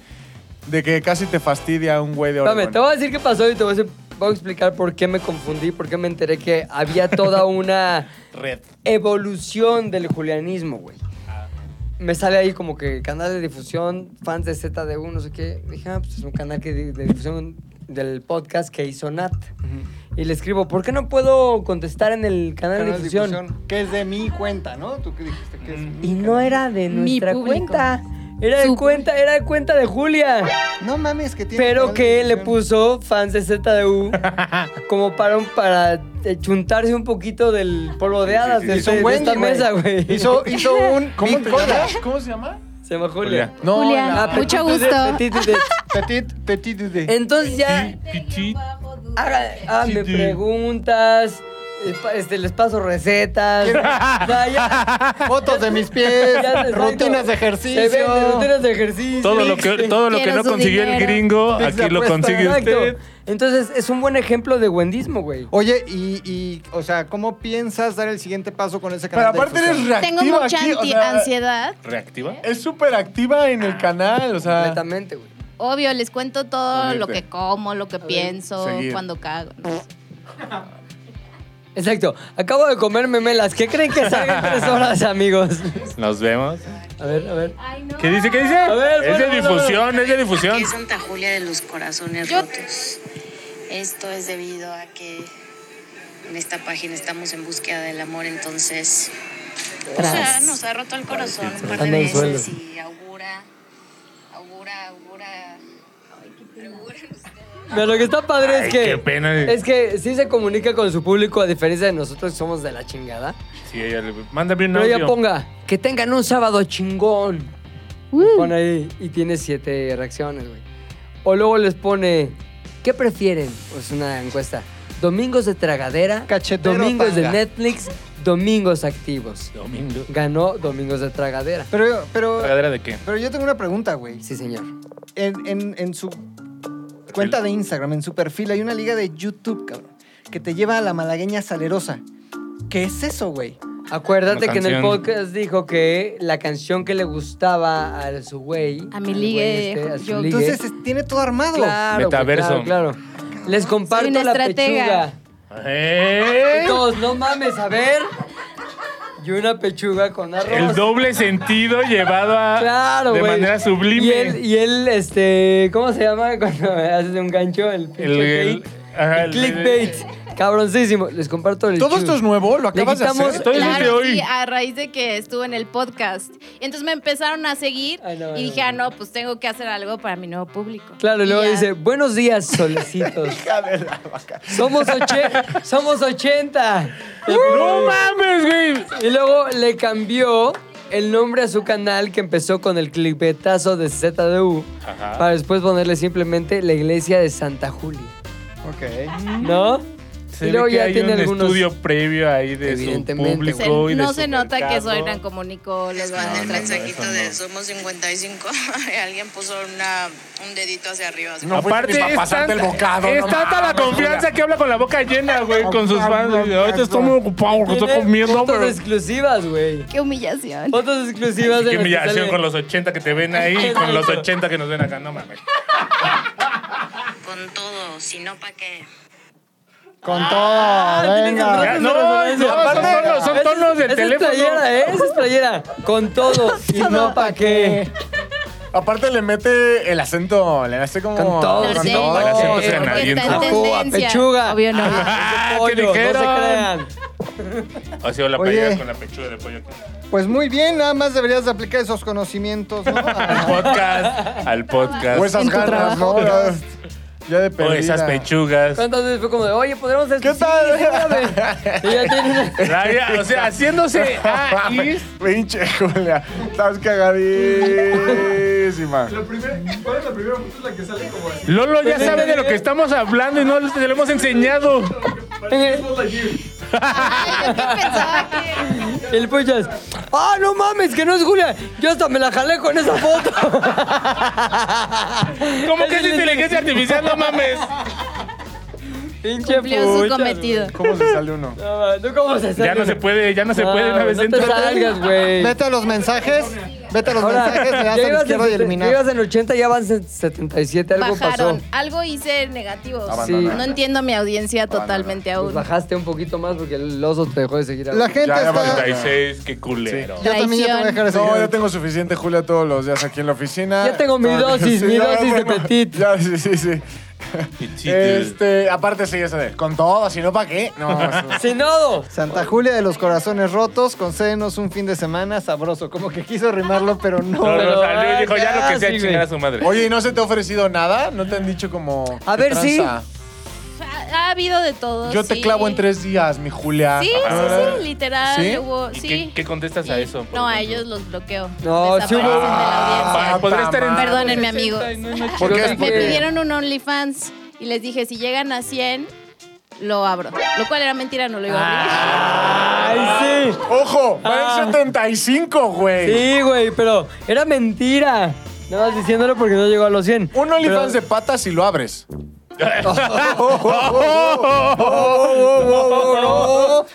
de que casi te fastidia un güey de Oregon?
Espérame, te voy a decir qué pasó y te voy a, decir- voy a explicar por qué me confundí, por qué me enteré que había toda una
Red.
evolución del julianismo, güey. Me sale ahí como que canal de difusión, fans de ZDU, no sé qué. Dije, ah, pues es un canal que di- de difusión del podcast que hizo Nat. Y le escribo, ¿por qué no puedo contestar en el canal, de difusión?
Que es de mi cuenta, ¿no? Tú que dijiste que es mi
Y no
canal.
era de
Mi
nuestra
público.
cuenta. Era de
Su-
cuenta, era de cuenta de Julia.
No mames, que tiene.
Mm. Pero que le
puso
puso fans de ZDU como para, un- para eh, chuntarse un poquito del polvo de hadas
sí,
de,
sí.
Hizo
de-
un
de
Wendy,
esta
güey.
mesa, güey.
Hizo, hizo un.
¿Cómo,
Big
te
Cola.
llamas? ¿Cómo se llama?
Se llama Julia.
Julia.
No,
Julia, mucho gusto.
Petit, petit, petit.
Petit, petit, de.
Entonces ya,
Pichit.
haga, me
Sí, sí.
preguntas, eh, pa- este, les paso recetas. O sea, ya-
Fotos de mis pies,
Ya se-
rutinas de
se ven de
ejercicio.
rutinas de ejercicio.
Todo lo que, todo lo que
Quiero
no
su
consiguió el
dinero.
gringo,
Pizza
aquí lo
puesta,
consigue
Exacto.
usted.
Entonces es un buen ejemplo de buendismo, güey.
Oye, y, y, o sea, ¿cómo piensas dar el siguiente paso con ese
Pero
canal? de
aparte eres
difusión?
reactiva
Tengo mucha
aquí, o
anti-
sea,
ansiedad.
¿Reactiva?
Es súper activa en el canal, o sea.
Completamente, güey.
Obvio, les cuento todo
Obviamente.
lo que como, lo que pienso,
seguir.
cuando cago.
Exacto. Acabo de comerme melas. ¿Qué creen que salgan en tres horas, amigos?
Nos vemos.
A ver, a ver.
¿Qué dice? ¿Qué dice?
ver,
es
bueno,
de
bueno,
difusión, es de difusión.
Aquí es Santa Julia de los corazones
Yo-
rotos. Esto es debido a que en esta página estamos en búsqueda del amor, entonces o sea, nos ha roto el corazón un par de
Anda en el
veces y augura, augura, augura. auguran ustedes.
Pero lo que está padre
Ay,
es que.
qué pena.
Es que sí se comunica con su público, a diferencia de nosotros que somos de la chingada.
Sí, ella le... Mándame un
Pero
audio.
ya ponga, que tengan un sábado chingón.
Mm.
Y Pone ahí y tiene siete reacciones, güey. O luego les pone, ¿qué prefieren? Es una encuesta. Domingos de tragadera,
Cachetero
domingos
tanga.
de Netflix, domingos activos.
Domingo.
Ganó domingos de tragadera.
Pero, pero,
¿Tragadera de qué?
pero yo tengo una pregunta, güey.
Sí, señor.
En, en, en su cuenta de Instagram, en su perfil, hay una liga de YouTube, cabrón, que te lleva a la malagueña salerosa. ¿Qué es eso, güey?
Acuérdate
Una
que en el
canción.
podcast dijo que la canción que le gustaba a su güey.
A mi
al
ligue,
güey este, a su
yo-
ligue,
Entonces es- tiene todo armado.
Claro, güey,
Metaverso.
claro, claro. Les comparto
una
la
estratega.
pechuga.
¡Eh!
Y todos, no mames, a ver. Y una pechuga con arroz.
El doble sentido llevado a...
Claro,
De
güey.
manera sublime.
Y él, y él, este, ¿cómo se llama cuando haces un gancho? El, pinche
El- el-
click?
ajá,
El
el-
clickbait. Cabroncísimo. Les comparto el
Todo
chulo.
esto es nuevo, lo acabas de
quitamos-
hacer.
Todo eso es de
Claro,
hoy.
sí, a raíz de que estuve en el podcast. Entonces me empezaron a seguir
Ay, no, no,
y dije,
no.
ah, no, pues tengo que hacer algo para mi nuevo público.
Claro, y
Y
luego
ya.
dice, buenos días, solecitos. somos, oche- somos 80.
¡No mames, güey!
Y luego le cambió el nombre a su canal que empezó con el clipetazo de ZDU
Ajá.
para después ponerle simplemente la iglesia de Santa Julia.
Ok.
Ah.
¿no?
Se
y luego
ve que
ya
hay
tiene
un
algunos.
estudio Pues previo ahí de su
Evidentemente,
público
Se-
y de
no
su
se nota que
mercado.
soy gran comunicólogo.
Les mandé
no,
el
no,
mensajito
eso no.
de somos 55 y alguien puso una, un dedito hacia arriba. así
No. fuiste ni pa' pasarte el bocado,
es
no
tanta la
mames,
confianza que habla con la boca llena, güey, con sus fans.
no,
Y de, Ahorita
no.
estoy muy ocupado porque estoy
Tiene
comiendo,
Fotos
pero...
exclusivas, güey.
Qué humillación.
Fotos exclusivas de las
Qué
que
humillación
sale.
con los 80 que te ven ahí y con los 80 que nos ven acá. No mames.
Con todo, si no, ¿para qué?
Ah,
Con todo. Venga.
Ya, no, no, son tonos, son tonos del
Esa
teléfono.
Es playera, ¿eh? Esa es playera. Con todo. y no pa'
Eh,
qué.
Aparte le mete el acento, le hace como.
Con todo,
con
sí.
todo.
El acento
Porque
canadiense.
está en
Capúa,
tendencia.
pechuga.
Obvio no.
Ah,
Pollo,
¿qué dijeron?
No se crean.
Ha sido la
Oye.
playera con la pechuga de pollo.
Pues muy bien, nada más deberías de aplicar esos conocimientos, ¿no? Ah,
Al
A-
podcast, al podcast.
O esas
En tu
ganas,
trabajo.
¿no? Ya, ya de
O esas
perdida.
pechugas.
¿Cuántas veces fue como de, oye, podríamos hacer
¿Qué
sí,
tal?
déjame. Y ya tiene una-
La vida, o sea, haciéndose ah, y-
Pinche Julia, estás cagadísima.
Lolo ya
Pues,
sabe de lo que estamos hablando y no le hemos enseñado.
Ay, yo qué pensaba que...
El puchas. ¡Ah, no mames! Que no es Julia. Yo hasta me la jalé con esa foto.
¿Cómo que es inteligencia artificial? No mames.
Pinche
Cumplió su
puchas,
cometido.
¿Cómo se sale uno?
güey. No, man, ¿Tú cómo se
Ya
sale?
no se puede, ya no se puede una vez
Ah, no te
dentro.
salgas, güey.
Vete a los mensajes, vete a los
Ahora,
mensajes, le
ya
das a la
ibas
izquierda y
en, ya
eliminar.
ibas en 80, ya van en 77, algo
Bajaron.
pasó.
Algo hice negativo.
Sí.
No entiendo a mi audiencia totalmente
Pues
aún.
bajaste un poquito más porque el oso te dejó de seguir. a-
La gente
Ya, ya
está...
vale.
36, qué culero.
Yo también ya te voy a dejar de
No,
seguir.
ya tengo suficiente Julia todos los días aquí en la oficina.
Ya tengo mi
Todos-
dosis, mi
ya
dosis de
tengo-
petit.
Ya, sí, sí, sí. Este, aparte sí, ese de, con todo, si no, ¿para qué? No, eso-
¡Sinodo!
Santa Julia de los Corazones Rotos, concédenos un fin de semana sabroso. Como que quiso rimarlo, pero no.
No, no,
pero-
salió y dijo, ya lo
ah,
que sea,
sí,
chingar
güey.
a su madre.
Oye, ¿y no se te ha ofrecido nada? ¿No te han dicho como...
A
¿qué
ver, sí.
tranza?
Ha, ha habido de todo.
Yo te
Oh, sí.
clavo en tres días, mi Julia.
Sí,
Ajá.
sí, sí, literal.
ah. ¿Sí?
Hubo,
¿Y
sí.
qué, qué contestas a
Y-
eso? por
No, a
ejemplo?
ellos los bloqueo.
No, sí
Desaparecen
hubo-
de la audiencia.
Ah, pues, podría estar en.
Ah,
Perdónenme, amigos.
¿Por qué?
Me
Porque-
pidieron un OnlyFans y les dije, si llegan a 100, lo abro. Lo cual era mentira, no lo iba a abrir.
¡Ay, sí!
¡Ojo! ¡Va
Ah.
en 75, güey!
Sí, güey, pero era mentira. Nada más diciéndolo porque no llegó a los 100.
Un OnlyFans de
Pero-
patas si lo abres.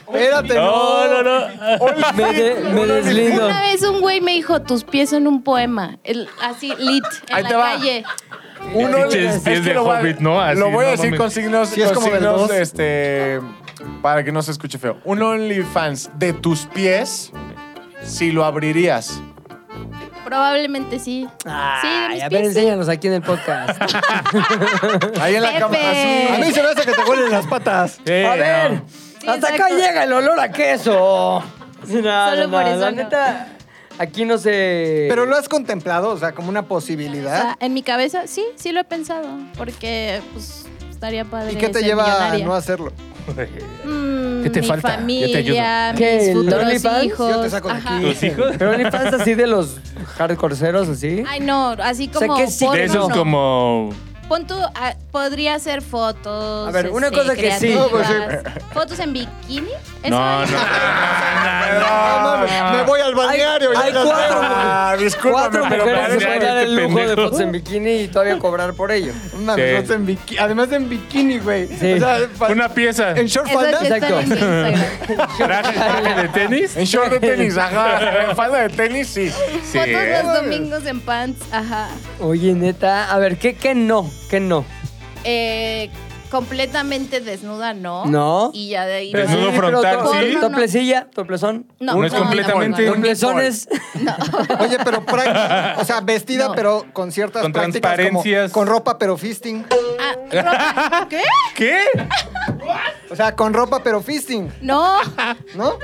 Espérate,
No, no, no.
Me, de- me deslindo.
Una vez un güey me dijo, tus pies son un poema. El- así, lit, en
Ahí
la
te va.
calle.
Un
Pinches
Only-
pies de
lo voy a-
Hobbit, ¿no? Así,
lo voy a
no
decir
mames.
con signos,
Sí, es
con
como del
signos,
dos.
este, para que no se escuche feo. Un OnlyFans de tus pies, si lo abrirías.
Probablemente sí. sí, de
Ay,
mis
Ah, a ver,
pies. sí.
enséñanos aquí en el podcast.
Ahí en la
Pepe.
cámara.
A
así.
mí se me hace que te huelen las patas.
Sí,
a ver,
no.
hasta acá
exacto.
llega el olor a queso. Sí, no,
Solo
no,
por
no,
eso
La
no.
neta, aquí no se.
Pero lo has contemplado, o sea, como una
O sea,
posibilidad.
en mi cabeza, sí, sí lo he pensado. Porque, pues, estaría padre
¿Y qué te
ser
lleva
millonaria.
a no hacerlo?
Mm,
¿Qué te
mi
falta? Yo te
familia,
ayudo.
¿Qué,
mis
el
futuros
OnlyFans?
hijos.
Yo te saco de
Ajá.
¿Tus hijos?
Pero OnlyFans así de los hardcorceros, así.
Ay, no, así
O sea,
como...
¿qué sí?
porno,
De esos
no.
como.
Pon tú, ah, podría ser fotos.
A ver, una
este,
cosa que sí.
creativas. Fotos en bikini. Eso
No, no. no,
es-
Ah, no, no, no.
Ah, Me voy al balneario. ya
hay
las
cuatro
veo.
Ah, discúlpame,
Cuatro
pero
mujeres se
parece
pueden
que
dar el
este
lujo de
pendejo.
fotos en bikini y todavía cobrar por ello.
Mames,
Sí.
fotos en bikini. Además en bikini, güey.
Sí.
O sea, pa-
Una pieza.
en short
Esas que
falda.
están en Instagram.
Traje, traje de tenis.
En short de tenis, ajá. En falda de tenis, sí.
Sí.
Fotos los domingos en pants. Ajá.
Oye, neta, a ver, ¿qué, qué no? ¿Qué no?
Eh, completamente desnuda, ¿no.
No.
Y ya de ahí.
Desnudo
Sí, pero
frontal,
to-
¿sí?
Toplecilla, toplezón.
No,
No es completamente.
no, no, no.
Toplezones.
Oye, pero práctica. O sea, vestida,
No.
pero con ciertas
Con
prácticas. como
transparencias.
con ropa, pero fisting.
Ah, ropa- ¿Qué?
¿Qué?
O sea, con ropa, pero fisting,
No,
¿no?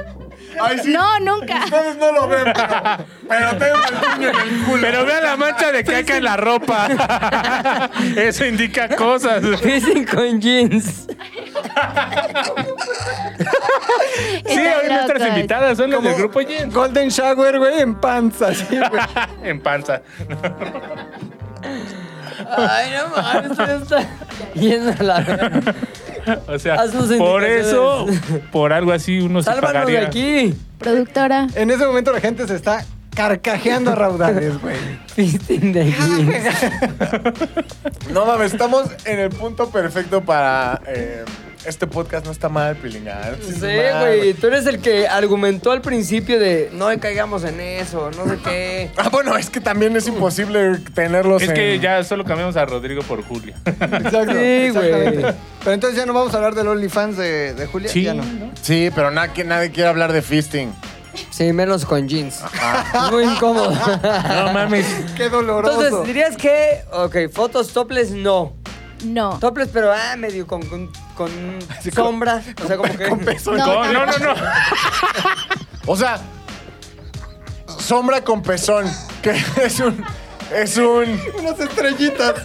Ay, sí.
no, nunca.
Ustedes no lo ven, pero, pero tengo el puño en el culo.
Pero vea la mancha de caca en la ropa. Eso indica cosas.
Piercing con jeans.
Sí, hoy nuestras invitadas son las del grupo Jens.
Golden shower, güey, en panza. así, güey.
En panza.
Ay, no mames, esto está yendo a la verga.
O sea,
Haz tus
por eso,
indicaciones.
por algo así uno se
Sálvanos de
Pues pagaría.
aquí.
Productora.
En ese momento la gente se está carcajeando a raudales, güey.
Piercing de
Ah, pues,
jeans.
No mames, estamos en el punto perfecto para. eh, este podcast no está mal, Pilinga.
Sí, güey. Tú eres el que argumentó al principio de no caigamos en eso, no sé qué.
Ah, bueno, es que también es imposible tenerlos
Es que
en-
ya solo cambiamos a Rodrigo por Julia.
Exacto.
Sí, güey.
exactamente. Pero entonces ya no vamos a hablar del OnlyFans de, de Julia.
Sí,
ya no.
Sí, pero na- que nadie quiere hablar de fisting.
Sí, menos con jeans. Es Muy incómodo.
Ah,
No mames.
Qué doloroso.
Entonces, dirías que, ok, fotos toples no.
No.
Toples, pero ah, medio con, con, con sombra. o sea, como que.
No,
No, no, no, no.
O sea, sombra con pezón, que es un. Es un.
Unas estrellitas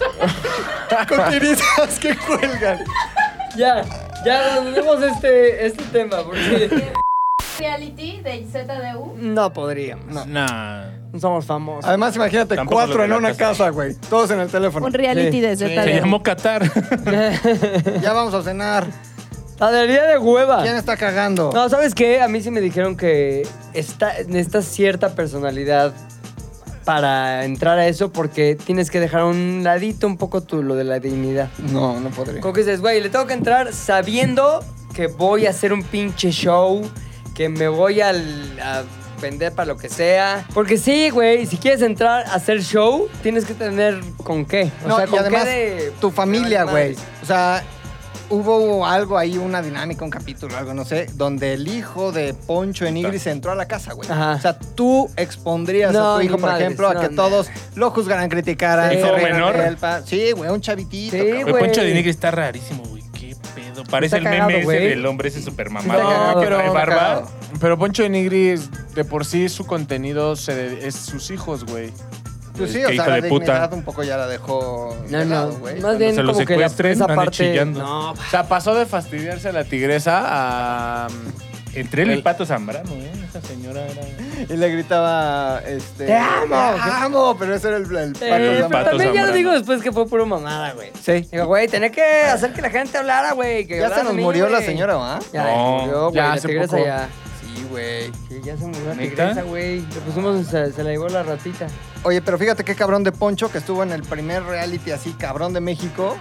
con tirizas que cuelgan.
ya, ya abandonemos este, este tema, porque
Reality de ZDU.
no podríamos.
No.
Nah.
No somos famosos.
Además, imagínate,
Tampoco
cuatro
lo
en
de la
una
casa.
casa, güey. Todos en el teléfono.
Un reality
Sí.
de
Sí.
ZDU.
Se llamó Qatar.
Ya vamos a cenar.
Tadería de hueva.
¿Quién está cagando?
Ah. No, ¿sabes qué? A mí sí me dijeron que está, necesitas cierta personalidad para entrar a eso porque tienes que dejar a un ladito un poco tú, lo de la dignidad.
No, no podría.
Como que dices, güey, le tengo que entrar sabiendo que voy a hacer un pinche show, que me voy al- a vender para lo que sea. Porque sí, güey, si quieres entrar a hacer show, tienes que tener con qué. O
No,
sea,
y
con
además,
qué de-
tu familia,
de madre.
güey. O sea, hubo algo ahí, una dinámica, un capítulo, algo, no sé, donde el hijo de Poncho Enigris entró a la casa, güey.
Ajá.
O sea, tú expondrías
No,
a tu hijo,
ni
por
madres,
ejemplo,
no,
a que
no,
todos lo juzgaran, criticaran.
Sí.
se
¿Hijo
rieran
menor?
de él, pa- Sí, güey, un chavitito.
Sí,
cabrón.
Güey, Poncho
güey.
de Nigris está rarísimo, güey. Qué pedo. Parece
Está
el
cagado,
meme ese
güey.
del hombre ese super
Está
mamado.
cagado,
que trae
pero-
barba.
cagado.
Pero Poncho de Nigris, de por sí, su contenido se de- es sus hijos, güey.
Pues
Qué
sí, o sea,
hijo
la
de puta.
dignidad un poco ya la dejó
No,
de
no,
lado, güey.
más bien
se lo
como que la,
secuestren,
esa
ande
parte...
chillando.
No,
O sea, pasó de fastidiarse a la tigresa a... mm,
Entre él y
El-
Pato Zambrano, ¿eh? Esa señora era.
Y le gritaba, este...
¡Te amo!
¡Te amo! Pero ese era el, el pato
Eh,
Zambrano.
pero también ya lo
Zambrano.
digo después que fue puro mamada, güey.
Sí. Ah.
Digo, güey, tenía que hacer que la gente hablara, güey. que
Ya
hablara
se
de
nos
mí,
murió la
güey.
señora, ¿va?
Ya,
No,
se murió, güey.
ya
La
hace
tigresa
poco.
ya.
Sí, güey.
Sí, ya se murió la
¿Neta?
tigresa, güey. Le pusimos, se, se la llevó la ratita.
Oye, pero fíjate qué cabrón de Poncho que estuvo en el primer reality así, cabrón de México,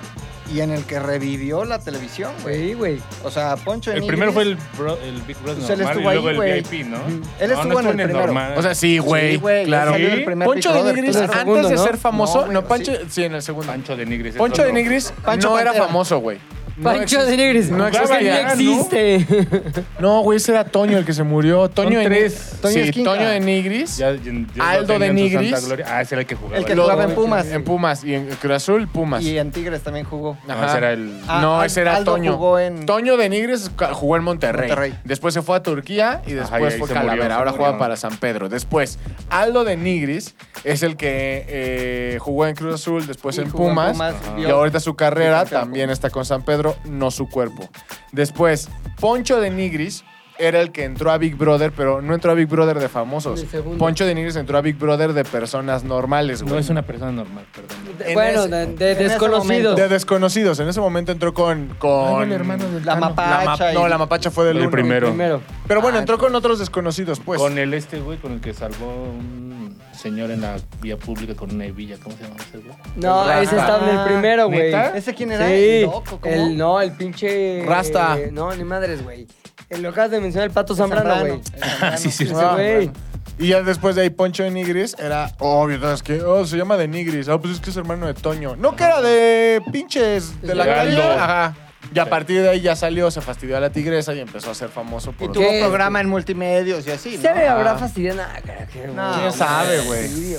y en el que revivió la televisión, güey.
Sí, güey.
O sea, Poncho
El
Enigris-
primero fue el, bro- el Big Brother
Pues él
normal y
estuvo
luego
ahí, güey.
el VIP, ¿no?
Él
No,
estuvo
no
en el primero.
normal.
O sea, sí, güey,
Sí, güey,
claro.
él salió en el primer
Poncho
Big
de
Brother,
Nigris,
claro.
antes
Segundo,
de
¿no?
ser famoso,
No,
no,
güey,
Pancho, sí. en el segundo.
Pancho de Nigris. es
Poncho
otro.
de Nigris
Pancho
no
Pantera.
era famoso, güey. No
Pancho
existe.
de Nigris.
No
Porque
existe
no
ya, ¿no?
existe.
No, güey, ese era Toño el que se murió. Toño de
tres.
Nigris.
Toño
Sí,
Esquinca.
Toño de Nigris.
Ya- ya- ya
Aldo
lo
de
tenía en su
Nigris.
santa gloria. Ah, ese era el que jugaba.
El que
No,
Lo-
jugaba en Pumas.
En Pumas. Y en Cruz Azul, Pumas.
Y en Tigres también jugó.
Ajá.
ese era el.
Ah,
no,
Al-
ese era
Aldo
Toño.
jugó en-
Toño de Nigres ca- jugó en Monterrey.
Monterrey.
Después se fue a Turquía y
y
después
ahí
fue
se
Calavera.
murió, se
Ahora
murió.
juega para San Pedro. Después, Aldo de Nigris es el que eh, jugó en Cruz Azul, después
Y
pues en
jugó en
Pumas.
Pumas,
Ajá. y
vio-
ahorita su carrera
Sí, campeón.
también está con San Pedro, no su cuerpo. Después, Poncho de Nigris era el que entró a Big Brother, pero no entró a Big Brother de famosos.
De segundo.
Poncho de Nigris entró a Big Brother de personas normales, güey.
No es una persona normal, perdón.
De- bueno,
ese-
de, de
en ese
desconocidos.
De desconocidos. En ese momento entró con. con
Ah, el hermano del
La
Tano.
mapacha.
la ma-
y-
no, la mapacha fue del
El
uno.
primero.
Primero.
Pero bueno, entró con otros desconocidos, pues.
Con el este, güey, con el que salvó un señor en la vía pública con una hebilla. ¿Cómo se llama ese, güey?
No,
Rafa.
ese estaba en el primero, güey.
¿Neta?
Ah, ¿Ese quién era?
Sí.
¿El loco? ¿Cómo?
El, no, el pinche...
Rasta.
eh, no, ni madres, güey. El local de mencionar el Pato
El Zambrano,
Zambrano, güey.
el Zambrano.
Sí, sí,
Ese
Ah,
güey.
bueno. Y ya después de ahí, Poncho de Nigris era obvio, ¿no? es que oh, se llama de Nigris. Ah, pues es que es hermano de Toño. No, que era de pinches de la
De
calle.
Aldo.
Ajá. Y a partir de ahí ya salió, se fastidió a la tigresa y empezó a ser famoso
Y
por.
tuvo
¿Qué?
programa en multimedios y así, ¿no?
¿Se le habrá
Ah.
fastidiado? Nah, cara, qué
No,
güey.
¿quién
sabe, güey?
Fastidio,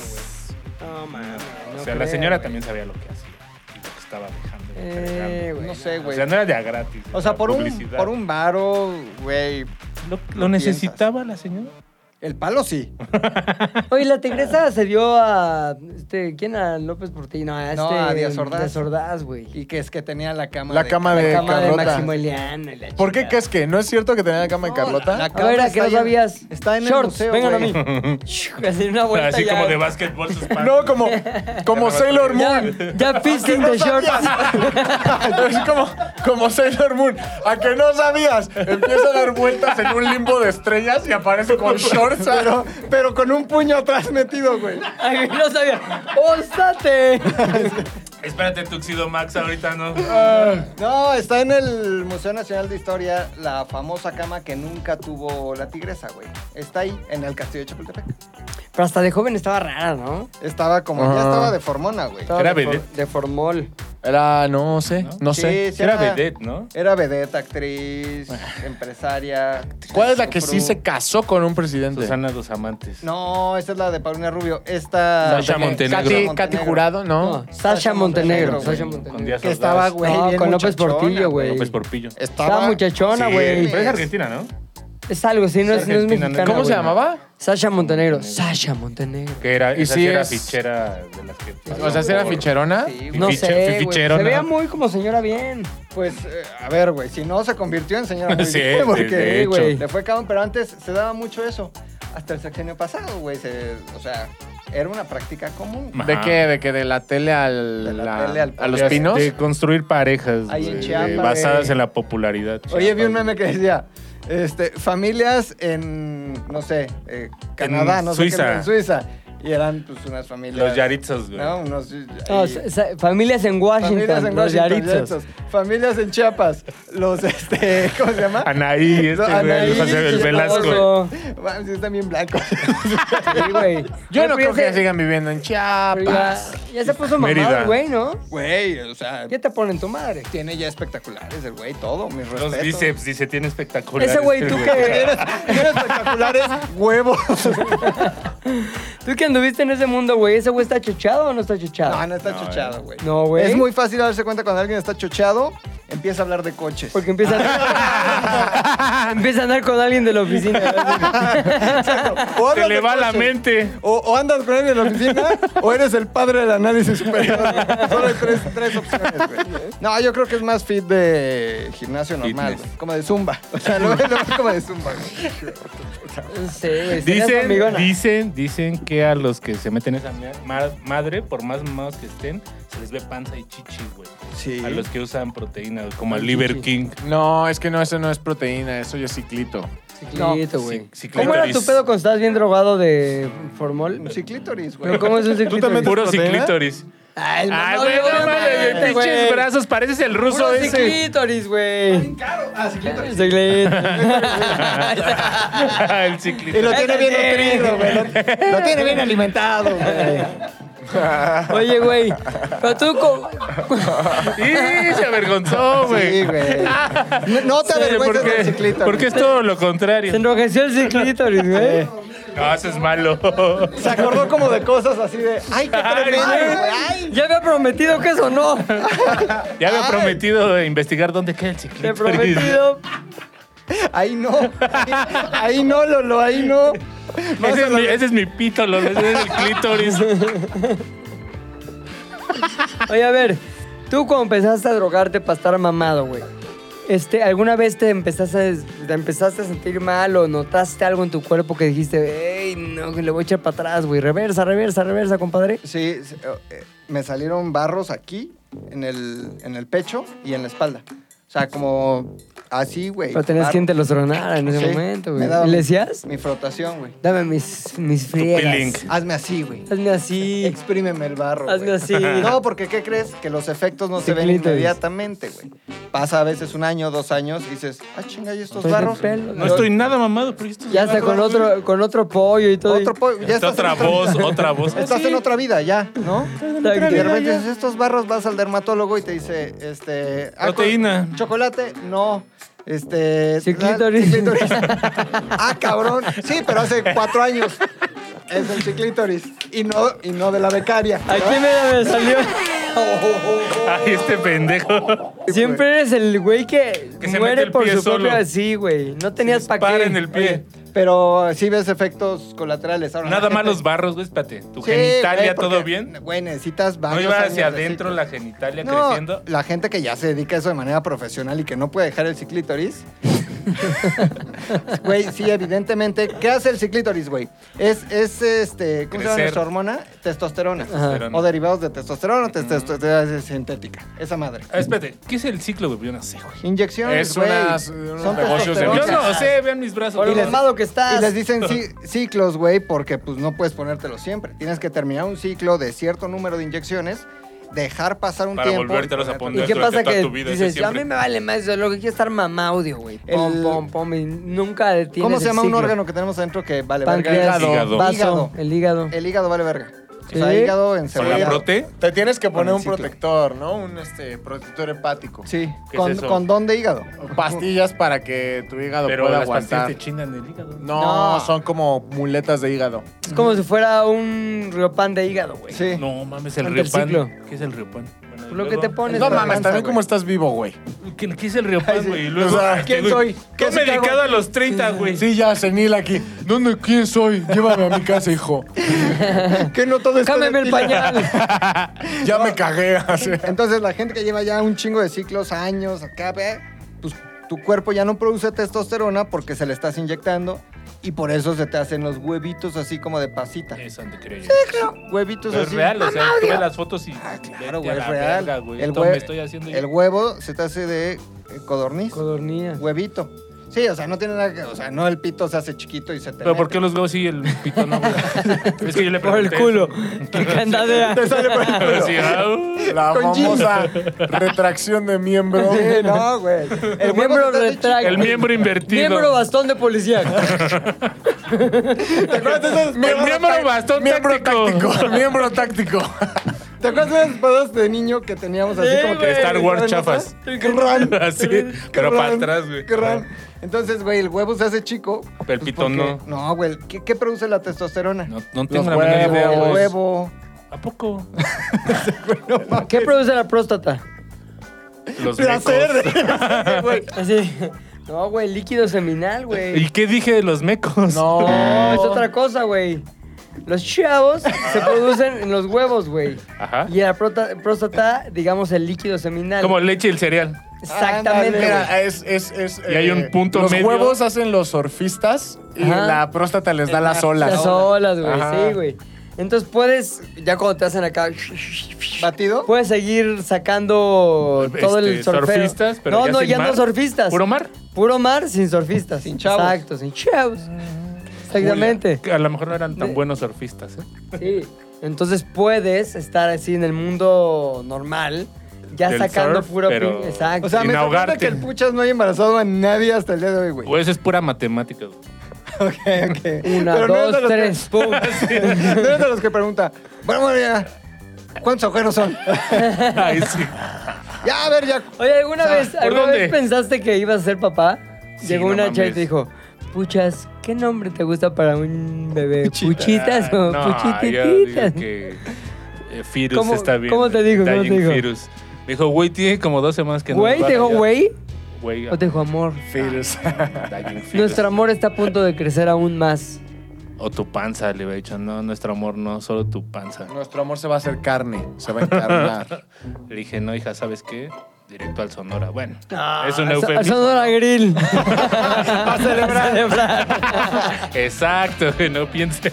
No mames. no
o sea, la
creo,
señora
güey.
también sabía lo que hacía y lo que estaba dejando. y
Eh,
entregando.
güey.
No sé,
o
güey.
sea, no era de a gratis.
O sea,
era
por un,
publicidad.
por un varo, güey.
¿Lo,
lo
lo necesitaba la señora?
El palo sí.
Oye, la tigresa se dio a. Este, ¿Quién? A López Portillo. No, a, este,
No, a Díaz Ordaz.
Díaz Ordaz, güey.
Y que es que tenía la cama
La cama de
La cama de
Carlota.
Maximiliano. y la
¿Por qué
chingada.
crees que? ¿No es cierto que tenía la cama de Carlota?
la-
A ver, ¿a qué
Está
no
en-
sabías?
está en el
Shorts,
museo,
vengan
güey.
a mí. Así una vuelta
Así
ya.
como de básquetbol. sus padres.
No, como, como
Ya me
Sailor
Ya,
Moon.
ya fisting de shorts.
Es como, como Sailor Moon. A que no sabías. Empieza a dar vueltas en un limbo de estrellas y aparece con shorts. Pero,
Pero con un puño atrás metido, güey.
Ay, no sabía. ¡Óstate!
Espérate, Tuxido Max, ahorita no.
No, está en el Museo Nacional de Historia la famosa cama que nunca tuvo la tigresa, güey. Está ahí, en el castillo de Chapultepec.
Pero hasta de joven estaba rara, ¿no?
Estaba como, ya
Ajá.
estaba de formona, güey.
Estaba
Era
de for-
vedette.
De formol.
Era, no sé, no
Sí,
sé.
sí
Era vedette, ¿no?
Era vedette, actriz, empresaria.
¿Cuál es la que sí
frufru.
se casó con un presidente?
Susana Dos Amantes.
No, esa es la de Paulina Rubio. Esta.
Sasha Montenegro.
Montenegro.
Katy,
Montenegro.
Katy Jurado, ¿no?
No, Sasha Montenegro.
güey.
Sasha
Con
Montenegro.
Díaz
Que estaba,
Ordaz.
güey.
No,
bien
con López
muchachona,
Portillo, güey.
López Porpillo.
Estaba
Estaba muchachona,
Sí,
güey.
Pero es argentina, ¿no?
Es algo, sí, no es, no es
Argentina, ¿no?
mexicana.
¿Cómo se
güey.
llamaba?
Sasha Montenegro. Sasha Montenegro.
Que era,
Y
esa
sí
sí era
es-
fichera de las que.
O sea, ¿sí era ficherona?
Sí, güey.
No
Fiche-
sé, güey. Se
fichero, ¿no?
veía muy como señora bien.
Pues, eh, a ver, güey, si no se convirtió en señora muy
Sí,
bien,
de-
porque
de
hecho.
güey, le fue cabrón, pero antes se daba mucho eso. Hasta el sexenio pasado, güey, se- o sea, era una práctica común.
Ma-
¿De
Ajá.
qué? ¿De qué? Ah. ¿De la tele al,
De la
la-
tele al-
a los
De-
pinos?
De construir parejas.
Ahí en
güey, de-
Chiapas,
basadas
güey.
en la popularidad.
Oye, vi un
Chiapas,
meme que decía, este, familias en, no sé, eh, Canadá, no sé qué,
Suiza.
en Suiza. Y eran pues unas familias.
Los yarizos, güey.
¿no? Unos,
No,
ahí-
sa- sa- familias en Washington,
familias en
los
Washington,
Yaritzos.
Yaritzos. Familias en Chiapas. Los, este, ¿cómo se llama?
Anaí, este, güey,
Anaí,
el José- el
Chiapas.
Velasco.
Oso.
Vamos, sí, están bien blancos.
Sí, güey.
Yo no creo que
Fíjate,
sigan viviendo en
pero
Chiapas.
Ya, ya se puso mamado,
Mérida.
el güey, ¿no?
Güey, o sea,
¿Qué te ponen tu madre?
tiene ya espectaculares el güey, todo, mis respetos.
Los bíceps, dice, tiene espectacular.
Ese güey,
este
tú que,
Tiene espectaculares huevos.
tú que anduviste en ese mundo, güey, ¿ese güey está chochado o no está chochado?
No, no está
eh.
chochado, güey.
No, güey.
Es muy fácil darse cuenta cuando alguien está chochado, empieza a hablar de coches.
Porque empieza a, empieza a andar con alguien de la oficina.
O hablas
Se le
de
va la
coches.
mente.
O, o andas con él en la oficina o eres el padre del análisis superior. güey. Solo hay tres, tres opciones, güey. No, yo creo que es más fit de gimnasio normal,
Fitness.
güey. Como de zumba. O sea, lo ves lo ves como de zumba, güey.
Sí, güey. sería su
Dicen,
amigona.
dicen, dicen que a los que se meten esa mea- ma- madre, por más mamados que estén, se les ve panza y chichi, güey.
Sí.
A los que usan proteína, güey, como al Liver King.
No, es que no, eso no es proteína, eso ya es ciclito.
Ciclito, güey.
Sí, sí,
¿Cómo era tu
clítoris.
pedo cuando estabas bien drogado de formol?
Un ciclítoris, güey.
No, ¿Cómo es un ciclito?
también
Puro
proteína?
ciclítoris.
Ay,
Ay, güey, no mames, de pinches brazos, pareces el ruso
Puro
ese.
ciclítoris, güey.
Ah, ciclítoris.
Ciclítoris.
el
Y
ciclítoris.
lo tiene bien
Cállate.
nutrido, güey. Lo, lo tiene bien alimentado, güey.
Oye, güey, pero tú... co-
Y se avergonzó, güey.
Sí, güey. No, no te
Sí,
avergüences
porque-
del ciclítoris.
Porque es todo lo contrario.
Se enrojeció el ciclítoris, güey.
No, eso es malo.
Se acordó como de cosas así de... ¡Ay, qué tremendo,
Ay,
güey! ¡Ay!
Ya había prometido que eso no.
Ya había prometido investigar dónde queda el
Te he
ciclítoris.
prometido.
Ahí no. Ahí no, Lolo, ahí no. Más
Ese es,
a la-
mi, ese es mi pito, Lolo, ese es el clítoris.
Oye, a ver, tú cuando empezaste a drogarte para estar mamado, güey. Este, ¿Alguna vez te empezaste, a, des- te empezaste a sentir mal o notaste algo en tu cuerpo que dijiste, ey, no, que le voy a echar para atrás, güey? Reversa, reversa, reversa, compadre.
Sí, sí, eh, me salieron barros aquí, en el, en el pecho y en la espalda. O sea, como así, güey.
Pero tenías
Barro.
quien te los tronara en ese
Sí,
momento, güey.
me daba
¿Y le decías?
Mi frotación, güey.
Dame mis, mis friegas.
peeling.
Hazme así, güey.
Hazme así.
Exprímeme el barro.
Hazme
güey.
así.
No, porque ¿qué crees? Que los efectos no se ven
Ciclitis.
inmediatamente, güey. Pasa a veces un año, dos años, y dices, ah, chinga, ¿y estos
Estoy de
barros?
pelo.
No estoy nada mamado, pero esto
Ya está con otro, con otro pollo y todo.
Otro pollo. Ya
Está
estás en
otra voz, otra voz.
Estás en otra vida ya, ¿no?
Exacto.
Y de repente dices, estos barros vas al dermatólogo y te dice, este... ah, co-
Proteína.
Chocolate, no. Este...
Ciclítoris.
ah, ciclítoris. ah, cabrón. Sí, pero hace cuatro años. Es el ciclítoris. Y no, y no de la becaria. Oh, ¿no?
Aquí me, me salió.
Ay, este pendejo.
Siempre eres el güey que,
Que se mete
muere
el
por
pie
su
solo.
propio así, güey. No tenías pa' qué.
Para en el pie.
Pero sí ves efectos colaterales. Ahora,
Nada
la
más
gente-
los barros, güey, espérate. Tu
Sí,
genitalia,
güey, porque,
¿todo bien?
Güey, necesitas
¿No
varios
iba
años
hacia
de
adentro
ciclo.
la genitalia
No,
creciendo?
la gente que ya se dedica a eso de manera profesional y que no puede dejar el ciclítoris. güey, sí, evidentemente. ¿Qué hace el ciclítoris, güey? Es, es este, ¿cómo se llama
Crecer.
nuestra hormona? Testosterona.
Testosterona.
O derivados de testosterona, testosterona sintética. Esa madre.
Ah, espérate, ¿qué es el ciclo, güey? Yo no sé, güey.
Inyecciones,
Es
güey.
unas- unos
Son
negocios de
testosterona.
Yo no sé, vean mis brazos.
Por lo
todos.
mamado que estás.
Y les dicen ci- ciclos, güey, porque pues no puedes ponértelo siempre. Tienes que terminar un ciclo de cierto número de inyecciones, dejar pasar un
Para
tiempo. y
volvértelos a
ponértelo.
poner.
¿Y qué
durante
pasa
toda
que
tu vida, ese
dices, a
siempre.
mí me vale más eso, lo que quiero es estar mamaudio, güey. Pom,
El-
pom, pom, y nunca detienes
¿Cómo se
el
llama un
ciclo.
órgano que tenemos adentro que vale verga?
Páncreas,
El hígado.
vaso,
Hígado.
el hígado.
El hígado vale verga.
Sí.
O sea, hígado en
¿Con la prote?
Te tienes que poner
el
un
ciclo.
protector, ¿no? Un este protector hepático.
Sí.
¿Qué
Con,
es eso?
condón de hígado.
Pastillas para que tu hígado
Pero
pueda
las pastillas
aguantar.
te chingan el hígado.
No,
No.
son como muletas de hígado.
Es como si fuera un riopan de hígado, güey.
Sí.
No mames, el
Ante el
riopan.
ciclo.
¿Qué es el riopan? Bueno,
Lo
y
que te
luego-
pones.
No
güey.
mames, también
güey.
cómo estás vivo, güey.
¿Qué, qué es el riopan, güey? Y luego,
O sea,
este,
¿quién
güey,
soy? ¿Qué
Yo
se
medicado
cargo?
a los 30, güey.
Sí, ya, senil aquí. ¿Dónde? ¿Quién soy? Llévame a mi casa, hijo.
Que no todo está
Cámbiame
de
el
pila.
pañal.
Ya me cagué. así.
Entonces, la gente que lleva ya un chingo de ciclos, años, acá, ve, pues tu cuerpo ya no produce testosterona porque se le estás inyectando y por eso se te hacen los huevitos así como de pasita.
Eso no te creo yo.
Huevitos
Eh, Pero es
así.
real, o sea, tú ves las fotos y.
Ah,
vete a
claro, güey,
la
es real.
verga, güey.
el,
Esto
hue-
me estoy haciendo yo.
el huevo se te hace de eh, codorniz.
Codornía.
Huevito. Sí, o sea, no tiene nada que. O sea, no el pito se hace chiquito y se te.
¿Pero por
mete.
qué los huevos sí el pito no? güey? es que yo le
Por el
pregunté
culo.
eso.
Qué candadea.
Te sale por el culo.
Pero "Ah, uh, sí, au.
La
Con jeans.
famosa retracción de miembro.
Sí, no, güey. El miembro
se te hace
retracto.
El miembro invertido.
Miembro bastón de policía.
¿Te acuerdas de esas
El miembro bastón
miembro
táctico.
táctico. Miembro táctico.
¿Te acuerdas de esas espadas de niño que teníamos así
Sí,
como que.
güey.
Star Wars
¿no?
chafas.
Crán.
Así, pero
Crán,
para atrás, güey.
crán. Entonces, güey, el huevo se hace chico.
Pero el
pues,
pito no.
porque- No, güey. ¿qué, qué produce la testosterona?
No, no
Los
tengo la menor idea,
el
huevos.
güey.
huevo.
¿A poco?
¿Qué produce la próstata?
Los
Placer.
mecos.
Así. No, güey, líquido seminal, güey.
¿Y qué dije de los mecos?
No, es otra cosa, güey. Los chavos se producen en los huevos, güey.
Ajá.
Y en la prota- próstata, digamos, el líquido seminal.
Como leche y el cereal.
Exactamente. güey.
Mira, es, es, es, eh,
Y hay un punto
Los
medio.
huevos hacen los surfistas y
Ajá.
la próstata les da las olas.
Las olas, güey.
Ajá.
Sí, güey. Entonces puedes, ya cuando te hacen acá,
¿Batido?
puedes seguir sacando todo
Este,
el surfeo.
surfistas, pero
no,
ya
no,
sin
ya
mar.
no surfistas.
¿Puro mar?
Puro mar sin surfistas.
Sin chavos.
Exacto, sin chavos.
Ah.
Exactamente.
A lo mejor no eran tan
De-
buenos surfistas, ¿eh?
Sí. Entonces puedes estar así en el mundo normal, ya
Del
sacando
surf,
puro
pero-
pin- Exacto.
O sea,
Sin
me sorprende
ahogarte.
que el puchas no haya embarazado a nadie hasta el día de hoy, güey.
O eso es pura matemática, güey.
Ok, ok.
Una,
Pero no es
dos,
de los que- Ah,
tres, pum.
No es de los que pregunta, bueno, ya, ¿cuántos agujeros son?
Ay, sí.
ya, a ver, ya.
Oye, ¿alguna,
O sea,
vez,
¿por
¿alguna
dónde?
vez pensaste que ibas a ser papá?
Sí,
Llegó
no
una chat y
mames.
te dijo, puchas, ¿qué nombre te gusta para un bebé? ¿Puchitas o
Ah, No, yo digo
puchitititas?
que eh, Firus
¿Cómo-
está bien.
cómo te dijo? ¿Cómo te
Dying
dijo?
Firus. Me dijo, güey, tiene como dos semanas que no.
¿Güey?
nos
¿Te dijo
vaya".
güey?
Güey,
¿O te dijo amor?
Fires.
Ah.
Dying Firus.
Nuestro amor está a punto de crecer aún más.
O tu panza, le había dicho. No, nuestro amor no, solo tu panza.
Nuestro amor se va a hacer carne, se va a encarnar.
Le dije, no, hija, ¿sabes qué? Directo al Sonora. Bueno, es un
Ah, A- a- a
eufemismo.
Sonora Grill. a celebrar.
Exacto, güey, no piense.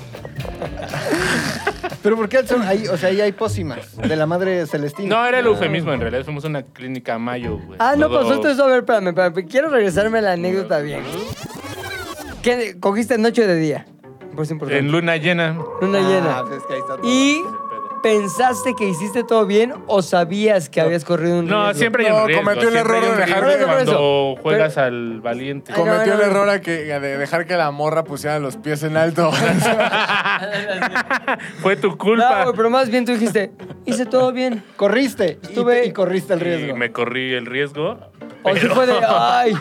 Pero ¿por qué al son- ahí, o sea, ahí hay pócimas de la madre celestina?
No, era el eufemismo, en realidad. Fuimos a una clínica mayo, güey.
Ah, no
Todo-
pasó todo eso. A ver, espérame, espérame. Quiero regresarme a la anécdota bien. ¿Qué cogiste noche de día? Por si importante.
En luna llena.
Luna
Ah,
llena.
pues es que ahí está todo.
¿Y pensaste que hiciste todo bien o sabías que habías corrido un
No,
riesgo?
siempre hay
No,
un riesgo.
cometió el
siempre
error
hay un
de
riesgo
dejarme
cuando
Pero-
juegas al valiente.
Ay, no,
Cometió el
no, no.
error a que, de dejar que la morra pusiera los pies en alto.
Fue tu
No,
culpa.
güey, pero más bien tú dijiste, hice todo bien.
Corriste. y-
Estuve-
Y, corriste el
Y
riesgo.
me corrí el riesgo.
O si fue de, ay,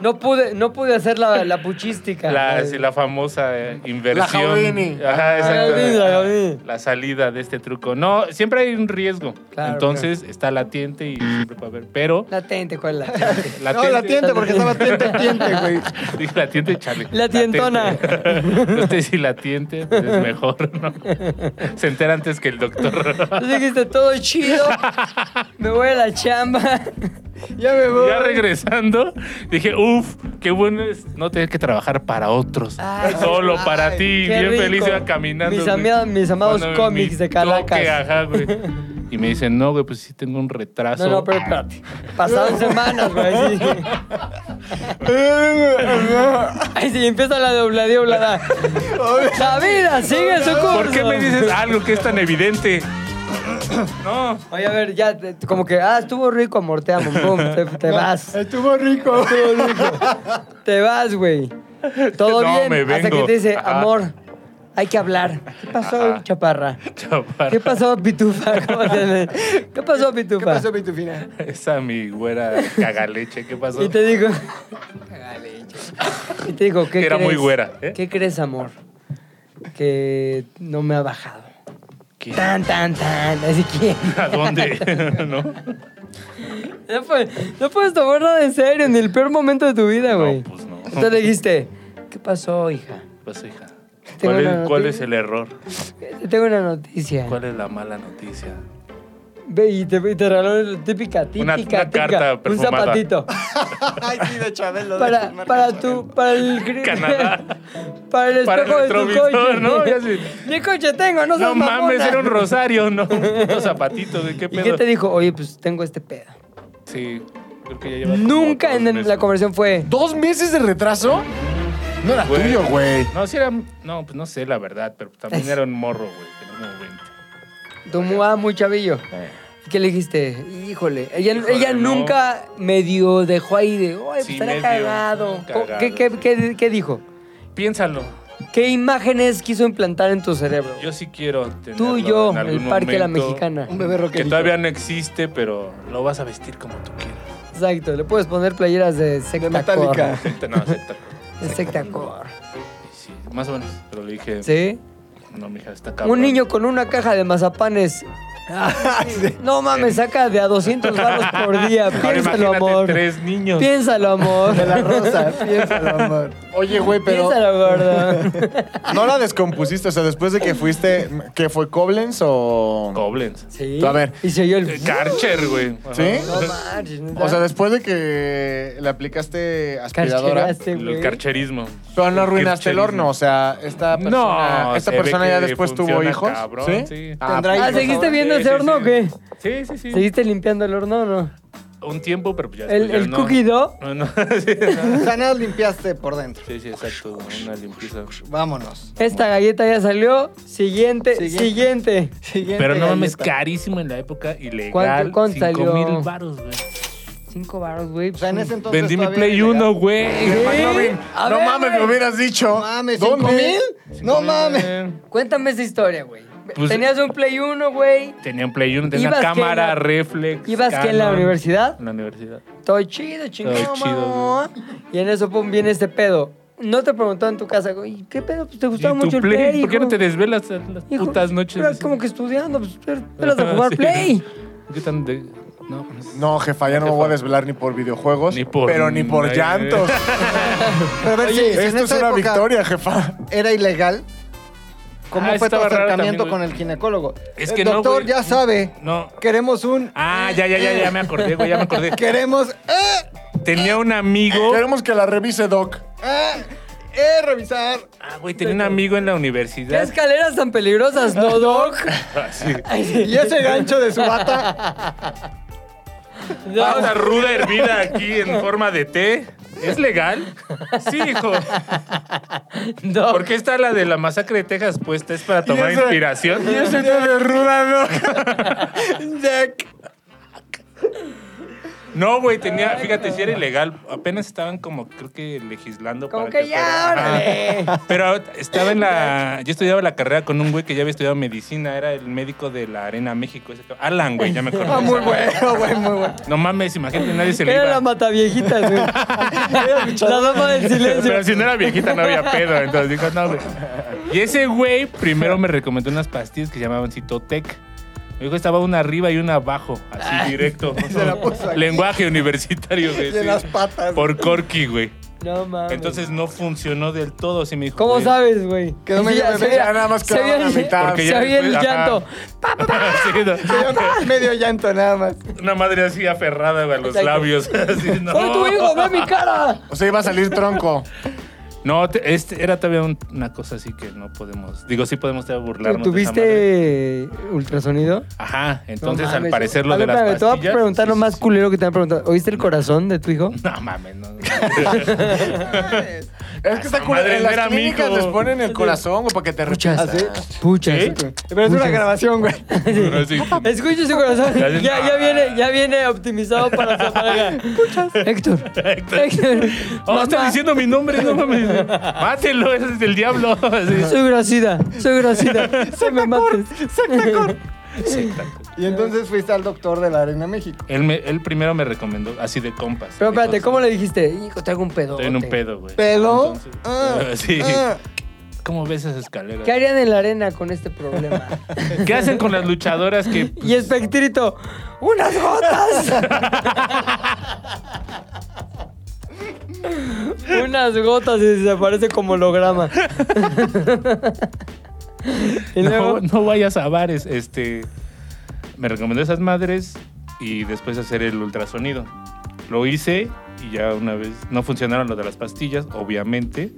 no pude, no pude hacer la, la puchística.
La,
Ay.
sí, la famosa eh, inversión.
La Jaudini.
Ah,
Ajá, exacto.
Jaudini, la Jaudini.
La salida de este truco. No, siempre hay un riesgo.
Claro,
Entonces está latente y siempre puede haber. Pero
Latente, ¿cuál es la?
No, la tiente, porque estaba tiente, tiente, güey.
Dije latiente, chale.
La tientona.
Latente. No sé si latiente, pues es mejor, ¿no? Se entera antes que el doctor.
Tú dijiste, todo chido, me voy a la chamba.
Ya me voy.
Ya regresando, dije, uff, qué bueno es no tener que trabajar para otros.
Ay,
solo para ti.
qué
Bien
rico.
feliz iba caminando.
Mis
güey.
amia- mis amados
Cuando
cómics de
toque,
Calacas.
ajá, güey. Y me dicen, no, güey, pues sí tengo un retraso.
No, no, pero espérate. Pasaron semanas, güey. Sí. Ay, sí, empieza la doblada, doblada. La vida sigue su curso.
¿Por qué me dices algo que es tan evidente? No.
Oye, a ver, ya, te- como que, ah, estuvo rico, amor, te amo, pum, te, te vas.
Estuvo rico.
Te vas, güey. Todo
No,
bien.
me
Hasta
vengo.
que te dice,
Ajá.
amor, hay que hablar. ¿Qué pasó,
Ajá.
chaparra?
chaparra.
¿Qué pasó, pitufa? ¿Cómo se le- ¿Qué pasó, pitufa?
¿Qué pasó, Pitufina?
Esa mi güera cagaleche, ¿qué pasó?
Y te digo. y te digo, ¿qué
Era muy
crees?
güera, ¿eh?
¿Qué crees, amor? Que no me ha bajado.
¿Qué?
Tan, tan, tan. Así que.
¿A dónde? ¿No?
No, puedes- no puedes tomar nada en serio, ni el peor momento de tu vida, güey.
No, pues no.
Entonces le dijiste, ¿qué pasó, hija?
Pues hija.
Tengo
¿Cuál
una
es, cuál
noticia.
es el error?
Te tengo una noticia.
¿Cuál es la mala noticia?
Ve y te, y te regaló la típica, típica,
Una- una
típica,
carta
un
perfumada.
zapatito.
Ay, sí, de Chabelo.
Para, para tu, para el gri-
Canadá.
para el
Para el
espejo de tu
retrovisor,
coche.
¿no? Ya sé.
¿Qué coche tengo? No,
No
seas mamona.
mames, era un rosario, no. Unos zapatitos, ¿de qué
¿Y
pedo?
qué te dijo? Oye, pues tengo este pedo.
Sí. Creo que ya lleva como
Nunca
dos
en el-
meses.
la conversión fue.
¿Dos meses de retraso? No era
Güey.
tuyo, güey.
No, sí era. No, pues no sé la verdad, pero también era un morro, güey. Tenía como 20.
Tomó a muy chavillo.
Eh.
¿Y ¿Qué le dijiste? Híjole. Ella,
Híjole,
ella
no.
nunca medio dejó ahí de, oye,
Sí,
estará
medio,
cagado.
cagado,
¿Qué, qué-
sí.
qué- qué dijo?
Piénsalo.
¿Qué imágenes quiso implantar en tu cerebro?
Yo sí quiero tener.
Tú y yo, el Parque de La Mexicana.
Un bebé
Que
roquerito.
todavía no existe, pero lo vas a vestir como tú quieras.
Exacto, le puedes poner playeras de secta
Metallica.
No, acepta.
core. De secta core.
Sí, más o menos. Pero le dije,
¿Sí?
no, mija, está cabrón.
Un niño con una caja de mazapanes.
Ah,
No mames, saca de a 200 baros por día.
Ahora
Piénsalo,
imagínate
amor.
tres niños.
Piénsalo, amor.
De la rosa, piénsalo, amor.
Oye, güey, pero
Piénsalo, gordo.
no la descompusiste. O sea, después de que fuiste, ¿qué fue Koblenz o...?
Koblenz.
Sí.
A ver.
Y se oyó el.
Eh, Karcher, güey.
¿Sí?
No manches, neta.
O sea, después de que le aplicaste aspiradora,
Carcheraste,
este-
El
güey.
karcherismo.
pero no arruinaste el horno. O sea, esta persona,
No,
esta
se ve
persona
que
ya después tuvo
funciona,
hijos.
cabrón,
¿Sí?
sí.
Ah,
Tendrá
Ah,
hijos,
¿seguiste
ahora.
viendo
Sí,
ese
sí,
horno
sí.
o qué?
Sí, sí, sí.
¿Seguiste limpiando el horno o no?
Un tiempo, pero pues ya
¿El,
después ya
el
no.
cookie dough?
No, no, sí, no.
O sea, nada limpiaste por dentro.
sí, sí, exacto. Una limpieza.
Vámonos.
Esta galleta ya salió. Siguiente, siguiente.
Siguiente
Pero no mames,
galleta.
carísimo en la época. Ilegal.
¿Cuánto- cuánto
Cinco
salió?
mil baros, güey.
Cinco baros, güey.
O sea, en ese entonces
Vendí mi
todavía
Play
era
1,
ilegal.
güey.
McLovin,
A
no
ver,
mames,
güey.
me hubieras dicho.
No mames, ¿cinco mil? No mames.
Cuéntame esa historia, güey.
Pues-
Tenías un Play 1, güey.
Tenía un Play 1, tenía
¿Ibas que en
cámara,
la-
reflex.
¿Ibas que en la
Canon.
universidad?
En la universidad.
Todo chido, chingón,
Todo chido,
mamá. Y en eso, pum, viene este pedo. No te preguntó en tu casa, güey, ¿qué pedo? Pues te gustaba
¿Y tu
mucho el play.
¿Por qué
hijo?
no te desvelas a las
Hijo,
putas
Era
noches?
como que estudiando, pues pero- eras de
Ajá,
jugar
sí.
play.
¿Qué tan de.? No, pues,
No, jefa, ya no me voy a desvelar ni por videojuegos,
Ni por-
pero ni por
Ay,
llantos.
Pero a ver, si en
Esto es
esa
una
época
victoria, jefa.
era ilegal, ¿cómo
Ah,
fue tu
estaba raro
acercamiento
también, güey.
con el ginecólogo?
Es
El
que no,
doctor
güey.
ya sabe,
No.
queremos un...
Ah, ya, ya, ya, ya me acordé, güey, ya me acordé.
Queremos... ¡Eh!
Tenía un amigo.
Queremos que la revise, Doc.
¡Eh! ¡Eh! Revisar.
Ah, güey, tenía un amigo en la
¿Qué
universidad. Ah,
escaleras tan peligrosas, no, Doc?
Así.
Y ese gancho de su bata.
Pata ruda hervida aquí en forma de té. ¿Es legal? Sí, hijo.
Doc.
¿Por qué está la de la masacre de Texas puesta? ¿Es para tomar
ese-
inspiración?
Y ese día de ruda, Doc.
No, güey, tenía, fíjate, si era ilegal. Apenas estaban como, creo que legislando.
Como
para
que ya,
fuera.
órale.
Ajá. Pero estaba en la. Yo estudiaba la carrera con un güey que ya había estudiado medicina. Era el médico de la Arena México. ese cabrón. Alan, güey, ya me acuerdo.
Ah, muy bueno, güey, muy bueno.
No mames, imagínate, nadie se le
Era
iba.
la mataviejitas, güey. la dama del silencio.
Pero si no era viejita, no había pedo. Entonces dijo, no, güey. Y ese güey primero me recomendó unas pastillas que se llamaban Citotec. Me dijo, estaba una arriba y una abajo, así directo.
se la puso aquí.
Lenguaje universitario, güey.
Y en
sí.
las patas.
Por Corky, güey.
No mames.
Entonces no funcionó del todo. Sí me dijo,
¿Cómo
güey.
sabes, güey?
Quedó
Sí,
medio
ya
bebé,
se veía-
ya nada más
se
quedaba
veía
la
el-
mitad.
Porque
Se
ya
oía el
después- ajá.
llanto. Pa, pa, pa.
Sí, no.
Medio llanto nada más.
Una madre así aferrada güey, a los
Exacto.
labios. Así, no.
¡Soy tu hijo! ¡Ve mi cara!
O sea, iba a salir tronco.
No, te- este era todavía un- una cosa así que no podemos. Digo, sí podemos todavía burlarnos. de esa madre.
¿Tuviste ultrasonido?
Ajá, entonces
No
al
mames.
parecer lo
A
de
ver,
las
espérame,
pastillas.
Te voy a preguntar
sí,
lo
sí,
más
sí.
culero que te han preguntado. ¿Oíste el corazón de tu hijo?
No mames, no.
Es que está
Madre,
curado. En
no era
las clínicas
mico.
les ponen el corazón, güey, para que te
Puchas.
repitas.
¿Ah, Puchas.
¿Sí?
Pero es una grabación, güey.
Así.
Escucha su corazón.
Ya dices,
Ya, ya viene, ya viene optimizado para su pareja. Puchas. Héctor. Héctor.
Oh, está
mamá,
diciendo mi nombre, no mames. Mátelo, ese es del diablo. Así.
Soy grosida. Soy grosida. Se me mates.
Y entonces fuiste al doctor de la Arena México.
Él, me- él primero me recomendó, así de compas.
Pero espérate,
Dijo,
¿cómo le dijiste? Hijo, traigo un pedo.
Estoy en un pedo, güey.
¿Pedo?
Entonces,
Ah,
sí.
ah.
¿Cómo ves esas escaleras?
¿Qué harían en la arena con este problema?
¿Qué hacen con las luchadoras que pues,
y espectrito. ¡Unas gotas! Unas gotas y desaparece como holograma. y
no,
luego,
no vayas a bares? Este, me recomendó esas madres y después hacer el ultrasonido. Lo hice y ya una vez no funcionaron lo de las pastillas, obviamente.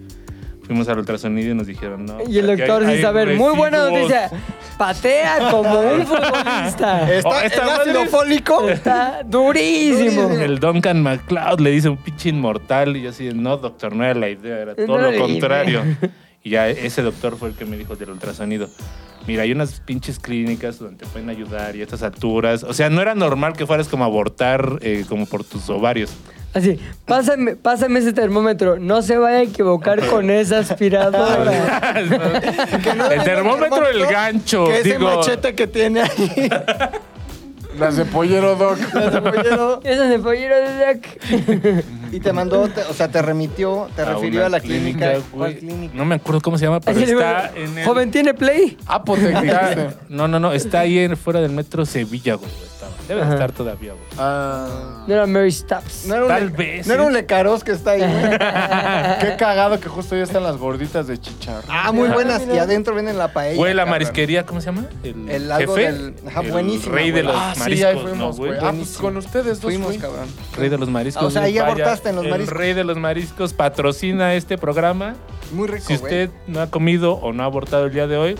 Fuimos al ultrasonido y nos dijeron no.
y el
aquí hay-
doctor
hay
sin saber. Muy buena
residuos".
noticia. patea como un futbolista.
Está,
Oh, está
el
mal
ácido
de-
fólico.
Está durísimo.
El Duncan MacLeod le dice un pinche inmortal. Y yo así, no, doctor, no era la idea, era todo
No
lo
era la idea.
contrario. Y ya ese doctor fue el que me dijo del ultrasonido. Mira, hay unas pinches clínicas donde te pueden ayudar y a estas alturas. O sea, no era normal que fueras como a abortar eh, como por tus ovarios.
Así, pásame, pásame ese termómetro. No se vaya a equivocar con esa aspiradora.
el termómetro, el gancho.
Que ese
Oh, digo,
machete que tiene ahí.
Las de Pollero Doc.
cebollero,
Esa de pollero de Jack.
y te mandó, te- o sea, te remitió, te
a
refirió
una
a la clínica. ¿Cuál
güey.
clínica?
No me acuerdo cómo se llama, pero
Así le digo,
está en el...
Joven, ¿tiene play?
Apotec, dijiste.
está- no, no, no, está ahí en- fuera del metro Sevilla, güey. estaba. Debe de
Ajá.
estar todavía, güey.
Ah,
No era Mary Stubbs.
No era un,
Tal
le-
vez,
No era
sí.
un lecaros que está ahí, güey.
qué cagado que justo ya están las gorditas de chicharro.
Ah, muy buenas. Y adentro vienen la paella.
Güey, la
cabrón.
marisquería, ¿cómo se llama?
El algo del- ajá,
el
buenísima,
rey de
güey.
los
Ah,
mariscos,
sí, ahí fuimos,
¿no, güey?
güey. Ah, pues con ustedes dos
Fuimos,
fui.
cabrón.
Rey de los mariscos.
ah, O sea, ahí
vaya,
abortaste en los mariscos.
El rey de los mariscos patrocina este programa.
Muy rico,
si
Oh, güey.
usted no ha comido o no ha abortado el día de hoy,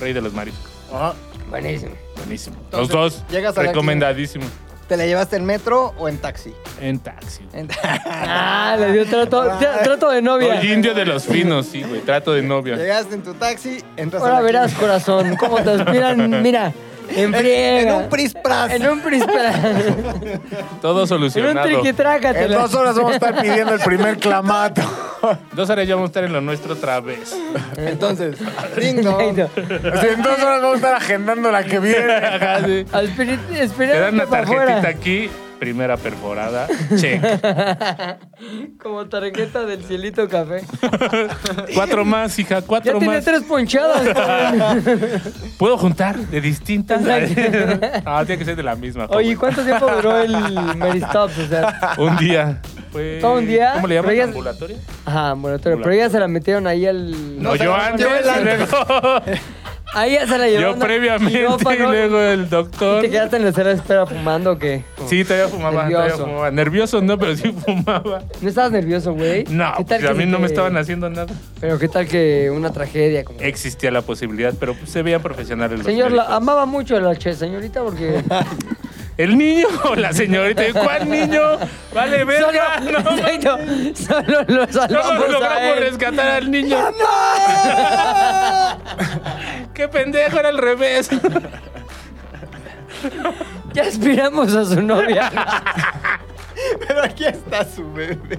rey de los mariscos.
Ajá.
Buenísimo.
Buenísimo.
Entonces,
los dos
llegas a la
recomendadísimo.
¿Te la llevaste en metro o en taxi?
En taxi. güey.
En-
Ah, le dio trato, tra- trato de novia.
Soy indio de los finos, sí, güey. Trato de novia.
Llegaste en tu taxi, entras a
Ahora
la
verás,
clínica.
corazón, cómo te aspiran. Mira, en
En,
friega.
en un prispras.
En un prispra-
Todo
En un
solucionado.
En
triquitrácatela.
dos horas vamos a estar pidiendo el primer clamato.
Dos horas ya vamos a estar en lo nuestro otra vez.
Entonces, ding dong.
O sea, en dos horas vamos a estar agendando la que viene.
Ajá, sí. Te dan
Esperando
una
para
tarjetita
afuera.
aquí, primera perforada. Check.
Como tarjeta del cielito café.
Cuatro más, hija,
Ya
cuatro
tiene
más.
tres ponchadas. cabrón.
Puedo juntar de distintas.
Exacto.
ah, tiene que ser de la misma.
Oye, ¿y
joven.
¿cuánto tiempo duró el Mary Stops? O sea,
Un día. Fue-
¿Todo un día?
¿Cómo le llaman?
Pero ya-
¿Ambulatorio?
ajá, moratorio. Pero ya se la metieron ahí al.
No, yo antes.
yo el antes.
luego-
Ahí ya se la
yo
llevaron. al
previamente y
quirófano.
luego el doctor.
¿Te quedaste en la sala de espera fumando o qué?
Sí, todavía fumaba, todavía
Nervioso.
fumaba. Nervioso no, pero sí fumaba.
¿No estabas nervioso, güey?
No,
¿Qué
pues, a mí
se
no me
te-
estaban haciendo nada.
Pero qué tal que una tragedia como...
Existía la posibilidad, pero pues, se veían profesionales los
Señor,
médicos.
la, amaba mucho a la che, señorita, porque...
¿El niño o la señorita? ¿Cuál niño? Vale, verga.
solo,
No, no,
Exacto, solo lo salvamos a
logramos
él.
rescatar al niño. ¡Qué pendejo! Era al revés.
Ya aspiramos a su novia.
Pero aquí está su bebé.